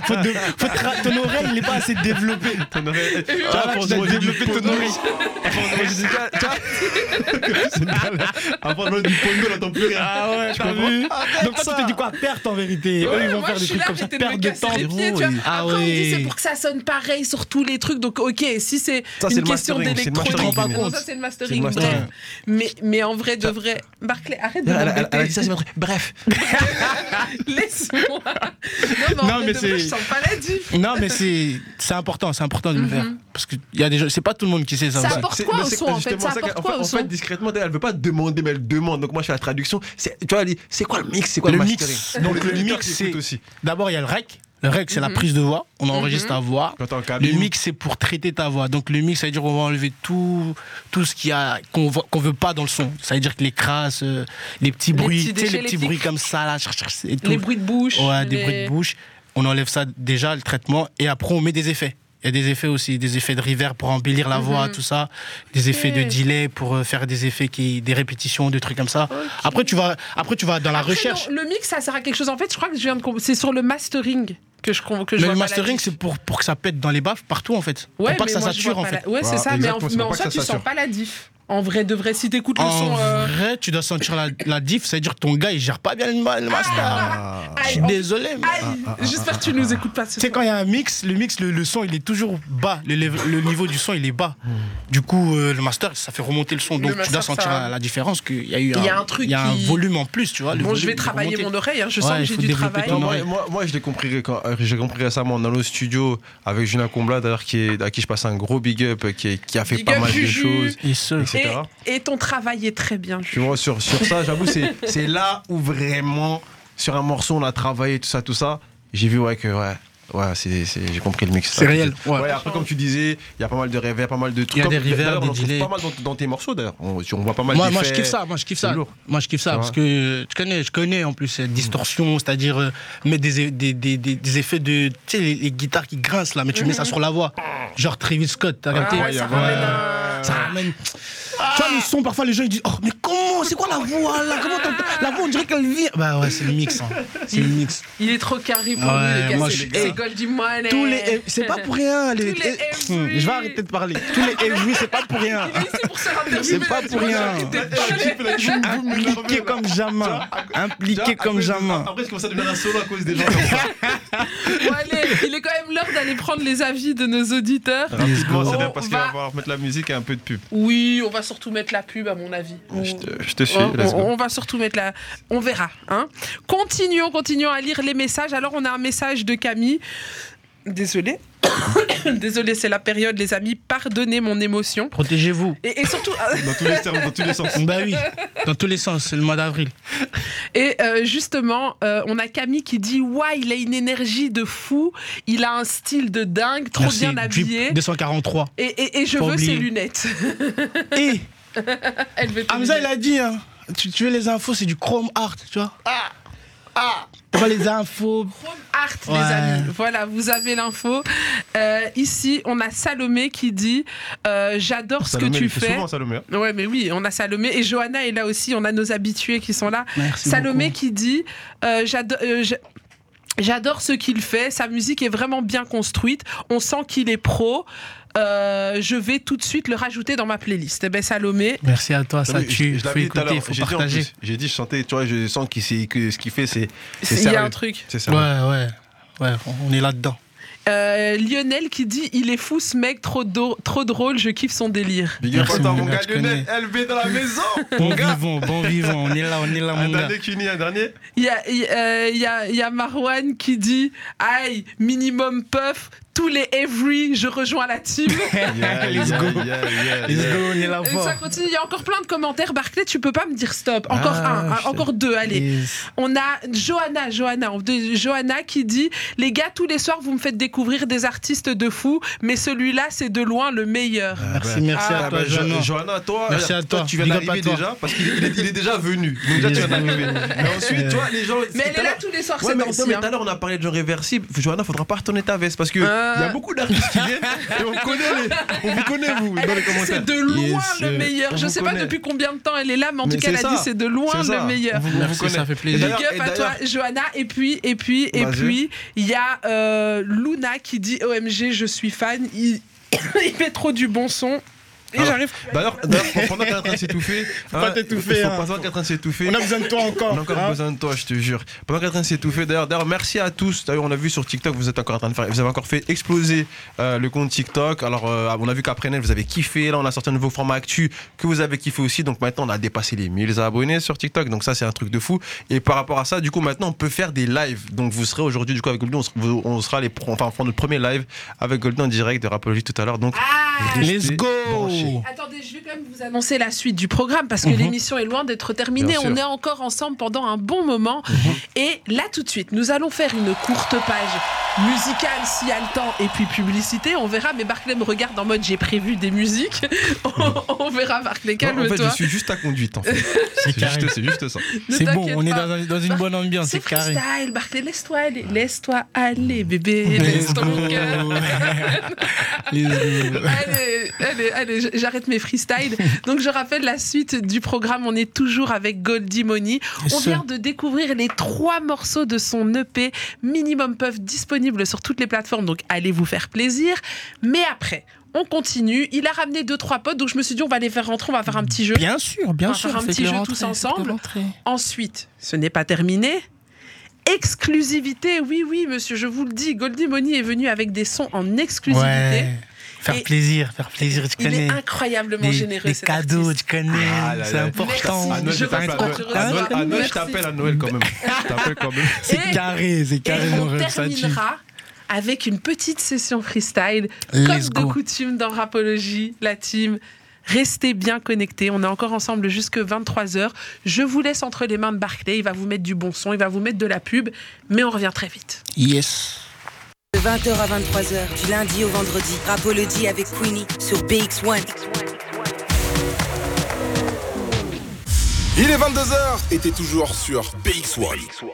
Speaker 4: Faut de- faut tra- ton oreille, il est pas assez développée.
Speaker 3: Ton oreille-
Speaker 4: Tu
Speaker 3: Ah,
Speaker 4: vois,
Speaker 3: pour
Speaker 4: tu dois
Speaker 3: moi, j'ai
Speaker 4: développer
Speaker 3: du
Speaker 4: ton
Speaker 3: pondo.
Speaker 4: oreille.
Speaker 3: Moi, je dis, tiens,
Speaker 4: Ah.
Speaker 3: tiens. C'est bien, là. À part le du pondo, là, t'en peux rien.
Speaker 4: Ah ouais, t'as
Speaker 3: comprends
Speaker 4: vu Donc toi, tu te dis quoi Perte en vérité. Eux, ils vont
Speaker 2: Moi,
Speaker 4: faire
Speaker 2: je
Speaker 4: des
Speaker 2: suis
Speaker 4: trucs
Speaker 2: là,
Speaker 4: comme ça,
Speaker 2: j'étais de me
Speaker 4: perte de
Speaker 2: casser
Speaker 4: temps.
Speaker 2: les pieds, tu vois.
Speaker 4: Ah
Speaker 2: Après, on dit
Speaker 4: ouais.
Speaker 2: c'est pour que ça sonne pareil sur tous les trucs. Donc, ok, si c'est
Speaker 3: Ça, c'est
Speaker 2: une
Speaker 3: le
Speaker 2: question
Speaker 3: mastering, c'est le
Speaker 2: d'électronique,
Speaker 3: mastering,
Speaker 4: tu te rends pas
Speaker 2: Non, ça
Speaker 4: compte.
Speaker 2: c'est le
Speaker 3: C'est
Speaker 2: mastering.
Speaker 3: le mastering.
Speaker 2: Bref, mais, mais en vrai, de vrai, Barclay, arrête de m'embêter.
Speaker 3: c'est Bref.
Speaker 2: Laisse-moi. Non,
Speaker 4: Non,
Speaker 2: non, mais
Speaker 4: mais
Speaker 2: de vrai,
Speaker 4: c'est-
Speaker 2: je sens pas la diff.
Speaker 4: Non, mais c'est c'est important, c'est important de le faire. Parce que y a des gens, c'est pas tout le monde qui sait ça.
Speaker 2: Mhm. Ça
Speaker 4: aussi.
Speaker 2: apporte- Pourquoi
Speaker 3: mais
Speaker 2: au son, en fait
Speaker 3: justement
Speaker 2: Ça
Speaker 3: qu'elle-
Speaker 2: apporte quoi
Speaker 3: en
Speaker 2: au son
Speaker 3: fait, discrètement, elle veut pas demander, mais elle demande. Donc moi, je fais la traduction. C'est- Tu vois, elle dit, c'est quoi le mix C'est quoi le,
Speaker 4: Le mix.
Speaker 3: mastering
Speaker 4: Donc,
Speaker 3: Pour les
Speaker 4: le
Speaker 3: auditeurs
Speaker 4: mix,
Speaker 3: qui écoutent
Speaker 4: c'est-
Speaker 3: aussi.
Speaker 4: D'abord, il y a le rec. Le rec, c'est la
Speaker 2: Mhm.
Speaker 4: prise de voix. On enregistre ta voix.
Speaker 3: Quand t'es en
Speaker 4: Le
Speaker 3: cabine.
Speaker 4: mix, c'est pour traiter ta voix. Donc le mix, ça veut dire qu'on va enlever tout, tout ce qu'il y a qu'on va- qu'on veut pas dans le son. Ça veut dire que les crasses, euh, les petits
Speaker 2: Les
Speaker 4: bruits,
Speaker 2: petits
Speaker 4: tu sais,
Speaker 2: déchets,
Speaker 4: les petits
Speaker 2: les
Speaker 4: bruits comme ça là, char, char, et tout.
Speaker 2: Les bruits de bouche.
Speaker 4: Ouais, des
Speaker 2: les-
Speaker 4: bruits de bouche. On enlève ça déjà, le traitement, et après on met des effets. Il y a des effets aussi, des effets de reverb pour embellir la voix,
Speaker 2: Mhm.
Speaker 4: tout ça, des effets de delay pour euh, faire des effets qui, des répétitions, des trucs comme ça. Après tu vas, après tu vas dans la
Speaker 2: Après,
Speaker 4: recherche.
Speaker 2: non, le mix, ça sert à quelque chose. En fait, je crois que je viens de. com- C'est sur le mastering que je, com- que je
Speaker 4: Mais
Speaker 2: vois
Speaker 4: le
Speaker 2: pas la
Speaker 4: mastering,
Speaker 2: diff.
Speaker 4: c'est pour, pour que ça pète dans les baffes partout en fait,
Speaker 2: Ouais,
Speaker 4: pour pas
Speaker 2: mais
Speaker 4: que ça
Speaker 2: moi, je
Speaker 4: sature
Speaker 2: vois
Speaker 4: en
Speaker 2: pas
Speaker 4: fait.
Speaker 2: la- Ouais, c'est
Speaker 3: Voilà,
Speaker 2: ça, mais en,
Speaker 3: exactement, c'est
Speaker 2: mais
Speaker 3: pour
Speaker 2: en
Speaker 3: pas
Speaker 2: ça,
Speaker 3: que ça
Speaker 2: tu sens
Speaker 3: sature.
Speaker 2: pas la diff. En vrai, de vrai, si t'écoutes le
Speaker 4: En
Speaker 2: son. euh,
Speaker 4: vrai, tu dois sentir la, la diff, ça veut dire que ton gars il gère pas bien le, ma- le master. Je
Speaker 2: aïe,
Speaker 4: suis
Speaker 2: en-
Speaker 4: désolé. mais-
Speaker 2: aïe, J'espère que tu nous écoutes pas ce
Speaker 4: Tu sais,
Speaker 2: soir.
Speaker 4: quand il y a un mix, le mix, le, le son, il est toujours bas. Le, lev- le niveau du son, il est bas. Du coup, euh, le master, ça fait remonter le son. Donc, tu
Speaker 2: master,
Speaker 4: dois sentir
Speaker 2: ça-
Speaker 4: la, la différence qu'il y a eu
Speaker 2: Il y a un truc
Speaker 4: Il y a un
Speaker 2: qui-
Speaker 4: volume en plus, tu vois. le
Speaker 2: Bon, je
Speaker 4: volume
Speaker 2: vais
Speaker 4: est
Speaker 2: travailler
Speaker 4: remonté.
Speaker 2: mon oreille, hein, je
Speaker 4: Ouais,
Speaker 2: sens que
Speaker 4: il
Speaker 2: j'ai
Speaker 4: faut
Speaker 2: du
Speaker 4: développer
Speaker 2: travail.
Speaker 4: ton
Speaker 3: Non,
Speaker 4: oreille.
Speaker 3: moi, moi, moi, je l'ai compris, quand, euh, j'ai compris récemment en allant au studio avec Julien Comblat, d'ailleurs, qui est- à qui je passe un gros big up, qui, est- qui a fait
Speaker 2: Big
Speaker 3: pas
Speaker 2: up,
Speaker 3: mal de
Speaker 2: Juju.
Speaker 3: choses,
Speaker 4: Et ce,
Speaker 3: etc.
Speaker 2: Et, et ton travail est très bien.
Speaker 3: Tu vois, sur, sur ça, j'avoue, c'est c'est là où vraiment, sur un morceau, on a travaillé, tout ça, tout ça. J'ai vu, ouais, que, ouais, ouais, c'est- c'est- j'ai compris le mix.
Speaker 4: c'est réel.
Speaker 3: Ouais,
Speaker 4: Ouais.
Speaker 3: après, comme tu disais, il y a pas mal de reverb, pas mal de trucs.
Speaker 4: Il y a
Speaker 3: Comme-
Speaker 4: des reverbs,
Speaker 3: d'ailleurs, on
Speaker 4: des
Speaker 3: en trouve
Speaker 4: delays.
Speaker 3: pas mal dans, dans tes morceaux, d'ailleurs. On, on voit pas mal
Speaker 4: Moi, moi, je
Speaker 3: d'effets.
Speaker 4: kiffe ça, moi je kiffe
Speaker 3: C'est
Speaker 4: ça.
Speaker 3: lourd.
Speaker 4: Moi je kiffe ça
Speaker 3: C'est
Speaker 4: parce
Speaker 3: vrai.
Speaker 4: que euh, je connais, je connais en plus cette distorsion, c'est-à-dire euh, mettre des, des, des, des, des effets de. Tu sais, les, les guitares qui grincent là, mais tu mets ça sur la voix. Genre Travis Scott, t'as capté
Speaker 3: Ah
Speaker 2: ouais, ça ramène
Speaker 4: Ça ramène. Tu vois, le son, parfois les gens ils disent Oh, mais comment C'est quoi la voix là Comment t'entends- La voix, on dirait qu'elle vient. Bah ouais, c'est le mix. hein. C'est le mix.
Speaker 2: Il est trop carré pour
Speaker 4: Ouais,
Speaker 2: nous, les gars.
Speaker 4: moi,
Speaker 2: c'est-
Speaker 4: je-
Speaker 2: C'est
Speaker 4: eh,
Speaker 2: Goldie Money.
Speaker 4: Tous les. C'est pas pour rien. les-
Speaker 2: Eh. Tous les
Speaker 4: eh,
Speaker 2: every.
Speaker 4: Je vais arrêter de parler. Tous les every, c'est pas pour rien.
Speaker 2: Il est ici pour se interviewer,
Speaker 4: C'est pas
Speaker 2: tu
Speaker 4: pour
Speaker 2: vois,
Speaker 4: rien.
Speaker 2: j'ai arrêté de parler.
Speaker 4: Impliqué comme jamais. Impliqué comme jamais.
Speaker 3: Après, je commence à devenir un solo à cause des gens. comme ça.
Speaker 2: Bon, allez, il est quand même l'heure d'aller prendre les avis de nos auditeurs.
Speaker 3: Rapidement,
Speaker 2: go.
Speaker 3: c'est bien parce qu'il
Speaker 2: On
Speaker 3: va
Speaker 2: va-
Speaker 3: falloir mettre la musique et un peu de pub.
Speaker 2: Oui, on va surtout mettre la pub, à mon avis.
Speaker 3: Je te, je te suis,
Speaker 2: On,
Speaker 3: let's
Speaker 2: Hein, on-
Speaker 3: go.
Speaker 2: on va surtout mettre la. On verra. Hein. Continuons, continuons à lire les messages. Alors, on a un message de Camille. Désolée. Désolée, c'est la période, les amis. Pardonnez mon émotion.
Speaker 4: Protégez-vous.
Speaker 2: Et, et surtout, euh,
Speaker 3: Dans tous les termes, dans tous les sens.
Speaker 4: Bah oui, dans tous les sens, c'est le mois d'avril.
Speaker 2: et euh, justement, euh, on a Camille qui dit Ouais, il a une énergie de fou, il a un style de dingue, trop
Speaker 4: Merci,
Speaker 2: bien
Speaker 4: Drip
Speaker 2: habillé.
Speaker 4: 243.
Speaker 2: Et, et- et je
Speaker 4: Faut
Speaker 2: veux ses
Speaker 4: oublier.
Speaker 2: lunettes.
Speaker 4: Et
Speaker 2: Elle
Speaker 4: Ah,
Speaker 2: veut tes
Speaker 4: Eh, Hamza, il
Speaker 2: lunettes.
Speaker 4: a dit, hein, tu, tu veux les infos, c'est du Chrome Art, tu vois. Ah Ah Envoie les infos.
Speaker 2: Art,
Speaker 4: Ouais.
Speaker 2: les amis. Voilà, vous avez l'info. Euh, ici, on a Salomé qui dit euh, J'adore ce que
Speaker 3: Salomé,
Speaker 2: tu
Speaker 3: il fait
Speaker 2: fais.
Speaker 3: souvent, Salomé. hein.
Speaker 2: Ouais, mais oui, on a Salomé et Johanna est là aussi. On a nos habitués qui sont là.
Speaker 4: Merci
Speaker 2: Salomé
Speaker 4: beaucoup.
Speaker 2: qui dit euh, J'ado- euh, j'a- J'adore ce qu'il fait, sa musique est vraiment bien construite, on sent qu'il est pro. Euh, je vais tout de suite le rajouter dans ma playlist. Eh ben Salomé,
Speaker 4: Merci à toi, ça
Speaker 3: Ah Oui,
Speaker 4: tue.
Speaker 3: je-
Speaker 4: Il
Speaker 3: je
Speaker 4: faut
Speaker 3: l'avais dit tout à
Speaker 4: écouter, il
Speaker 3: l'heure,
Speaker 4: faut
Speaker 3: j'ai dit en
Speaker 4: partager.
Speaker 3: plus, J'ai dit, je sentais, tu vois, je sens qu'il sait- que ce qu'il fait, c'est. c'est
Speaker 2: il y a
Speaker 3: sérieux.
Speaker 2: un truc.
Speaker 3: C'est sérieux.
Speaker 4: Ouais, ouais. Ouais, on- on est là-dedans.
Speaker 2: Euh, Lionel qui dit Il est fou ce mec, trop, do- trop drôle, je kiffe son délire.
Speaker 3: Big up
Speaker 4: Merci,
Speaker 3: à toi,
Speaker 4: mon
Speaker 3: mon
Speaker 4: gars,
Speaker 3: gars,
Speaker 4: je
Speaker 3: Lionel, LB dans la maison,
Speaker 4: Bon
Speaker 3: mon gars.
Speaker 4: vivant, bon vivant. On est là, on est là,
Speaker 3: Un
Speaker 4: mon gars.
Speaker 3: dernier, Cuny, un dernier.
Speaker 2: Il y a, il y a- il y a- il y a Marwan qui dit Aïe, minimum puff, tous les every, je rejoins la team.
Speaker 4: Let's go. Let's go, on est là
Speaker 2: Et
Speaker 4: fort.
Speaker 2: ça continue, il y a encore plein de commentaires. Barclay, tu peux pas me dire stop. Encore
Speaker 4: Ah,
Speaker 2: un, un,
Speaker 4: putain.
Speaker 2: encore deux, allez.
Speaker 4: Yes.
Speaker 2: On a Johanna, Johanna, en deux- Johanna qui dit Les gars, tous les soirs, vous me faites découvrir des artistes de fou, mais celui-là, c'est de loin le meilleur.
Speaker 4: Merci, merci
Speaker 2: Ah,
Speaker 4: à toi,
Speaker 3: bah, Jo-
Speaker 4: Jean.
Speaker 3: Johanna, toi,
Speaker 4: Merci
Speaker 3: regarde,
Speaker 4: à toi.
Speaker 3: tu viens
Speaker 4: Big up
Speaker 3: d'arriver
Speaker 4: à toi.
Speaker 3: déjà, parce qu'il est, il est- il est déjà venu. Donc déjà,
Speaker 4: Il
Speaker 3: tu
Speaker 4: est
Speaker 3: viens d'arriver.
Speaker 4: venu.
Speaker 3: Mais ensuite, tu vois, les gens.
Speaker 2: Mais elle
Speaker 3: tout à
Speaker 2: est là
Speaker 3: l'heure-
Speaker 2: tous les soirs,
Speaker 3: Ouais,
Speaker 2: c'est hein.
Speaker 3: mais,
Speaker 2: dans
Speaker 3: non, mais tout à l'heure on a parlé de gens réversibles. Johanna, faudra pas retourner ta veste parce que il
Speaker 2: Euh.
Speaker 3: y a beaucoup d'artistes qui viennent et on connaît les, on vous connaît vous dans les commentaires.
Speaker 2: C'est de loin
Speaker 4: Yes,
Speaker 2: le
Speaker 4: euh,
Speaker 2: meilleur.
Speaker 3: on
Speaker 2: Je
Speaker 3: vous
Speaker 2: sais pas
Speaker 3: connaît.
Speaker 2: depuis combien de temps elle est là, mais en
Speaker 3: Mais
Speaker 2: tout cas,
Speaker 3: c'est
Speaker 2: elle a
Speaker 3: ça.
Speaker 2: dit c'est de loin
Speaker 3: C'est
Speaker 2: le
Speaker 3: ça.
Speaker 2: meilleur.
Speaker 3: On vous- on
Speaker 4: Merci,
Speaker 3: vous connaît.
Speaker 4: ça fait
Speaker 3: Et
Speaker 4: plaisir.
Speaker 2: Big
Speaker 3: d'ailleurs-
Speaker 2: up
Speaker 3: et
Speaker 2: à toi,
Speaker 3: d'ailleurs-
Speaker 2: Johanna. Et puis, et puis, et
Speaker 3: Vas-y.
Speaker 2: puis, il y a euh, Luna qui dit OMG, je suis fan. Il, il fait trop du bon son. Et
Speaker 3: Alors,
Speaker 2: j'arrive.
Speaker 3: D'ailleurs, d'ailleurs, pendant qu'elle est en train de s'étouffer, faut
Speaker 6: pas t'étouffer,
Speaker 3: Faut
Speaker 6: hein.
Speaker 3: pas qu'elle est en train de s'étouffer.
Speaker 6: On a besoin de toi encore.
Speaker 3: On a encore
Speaker 6: hein.
Speaker 3: besoin de toi, je te jure. Pendant qu'elle est en train de s'étouffer, d'ailleurs, d'ailleurs, merci à tous. D'ailleurs, on a vu sur TikTok, vous êtes encore en train de faire, vous avez encore fait exploser euh, le compte TikTok. Alors, euh, on a vu qu'après Nel, vous avez kiffé. Là, on a sorti un nouveau format actu que vous avez kiffé aussi. Donc maintenant, on a dépassé les 1000 abonnés sur TikTok. Donc ça, c'est un truc de fou. Et par rapport à ça, du coup, maintenant, on peut faire des lives. Donc vous serez aujourd'hui, du coup, avec Goldie, on sera, vous- on sera les, pro- enfin, on fera notre premier live avec Goldie en direct de Rapologie tout à l'heure. Donc,
Speaker 2: Ah
Speaker 4: Let's
Speaker 3: Restez branchés.
Speaker 4: go.
Speaker 2: Attendez, je vais quand même vous annoncer la suite du programme parce que l'émission est loin d'être terminée.
Speaker 3: Mhm. Bien sûr. Mhm.
Speaker 2: On est encore ensemble pendant un bon moment. Et là, tout de suite, nous allons faire une courte page musicale s'il y a le temps et puis publicité. On verra. Mais Barclay me regarde en mode j'ai prévu des musiques. on, on verra, Barclay,
Speaker 3: en fait,
Speaker 2: Ah, calme-toi.
Speaker 3: je suis juste à conduite. En fait. c'est
Speaker 4: carré.
Speaker 3: juste, c'est juste ça.
Speaker 2: Ne
Speaker 4: C'est bon,
Speaker 2: t'inquiète
Speaker 4: on est
Speaker 2: pas.
Speaker 4: dans, un- dans une
Speaker 2: Bah,
Speaker 4: bonne ambiance,
Speaker 2: C'est
Speaker 4: c'est carré.
Speaker 2: freestyle, Barclay, laisse-toi aller. Laisse-toi aller, bébé.
Speaker 4: Let's
Speaker 2: Laisse
Speaker 4: go.
Speaker 2: ton cœur.
Speaker 4: Let's go.
Speaker 2: Allez, allez, allez, j- j'arrête mes freestyles. Donc, je rappelle la suite du programme. On est toujours avec Goldie Money. On
Speaker 4: Ce-
Speaker 2: vient de découvrir les trois morceaux de son EP Minimum Puff disponible sur toutes les plateformes. Donc, allez vous faire plaisir. Mais après, on continue. Il a ramené deux, trois potes. Donc, je me suis dit, on va les faire rentrer. On va faire un petit jeu.
Speaker 4: Bien sûr, bien
Speaker 2: On va
Speaker 4: sûr.
Speaker 2: faire un
Speaker 4: faites-le
Speaker 2: petit jeu
Speaker 4: rentrer,
Speaker 2: tous
Speaker 4: faites-le
Speaker 2: ensemble.
Speaker 4: rentrer.
Speaker 2: Ensuite, ce n'est pas terminé. Exclusivité, oui, oui, monsieur, je vous le dis, Goldie Money est venu avec des sons en exclusivité.
Speaker 4: Ouais. Faire
Speaker 2: Et-
Speaker 4: plaisir, faire plaisir, tu
Speaker 2: Il
Speaker 4: connais.
Speaker 2: est incroyablement
Speaker 4: Des,
Speaker 2: généreux.
Speaker 4: des
Speaker 2: cet
Speaker 4: cadeaux,
Speaker 2: artiste.
Speaker 4: tu connais.
Speaker 3: Ah là
Speaker 4: c'est
Speaker 3: là.
Speaker 4: important.
Speaker 2: Merci.
Speaker 3: À Noël,
Speaker 2: Je
Speaker 3: je t'appelle à
Speaker 2: reçois,
Speaker 3: Noël.
Speaker 2: je
Speaker 3: À
Speaker 2: reçois.
Speaker 3: Noël- à Noël, je
Speaker 2: Merci.
Speaker 3: t'appelle à Noël quand même. Je t'appelle quand même.
Speaker 4: C'est
Speaker 2: Et-
Speaker 4: carré, c'est
Speaker 2: Et
Speaker 4: carré. mon
Speaker 2: on
Speaker 4: ref, ça tue.
Speaker 2: terminera avec une petite session freestyle,
Speaker 4: Let's
Speaker 2: comme
Speaker 4: go.
Speaker 2: de coutume dans Rapologie, la team. Restez bien connectés, on est encore ensemble jusque 23h. Je vous laisse entre les mains de Barclay, il va vous mettre du bon son, il va vous mettre de la pub, mais on revient très vite.
Speaker 4: Yes.
Speaker 5: De 20h à 23h, du lundi au vendredi. Rapology avec Queenie sur BX1.
Speaker 1: Il est 22h et t'es toujours sur BX1.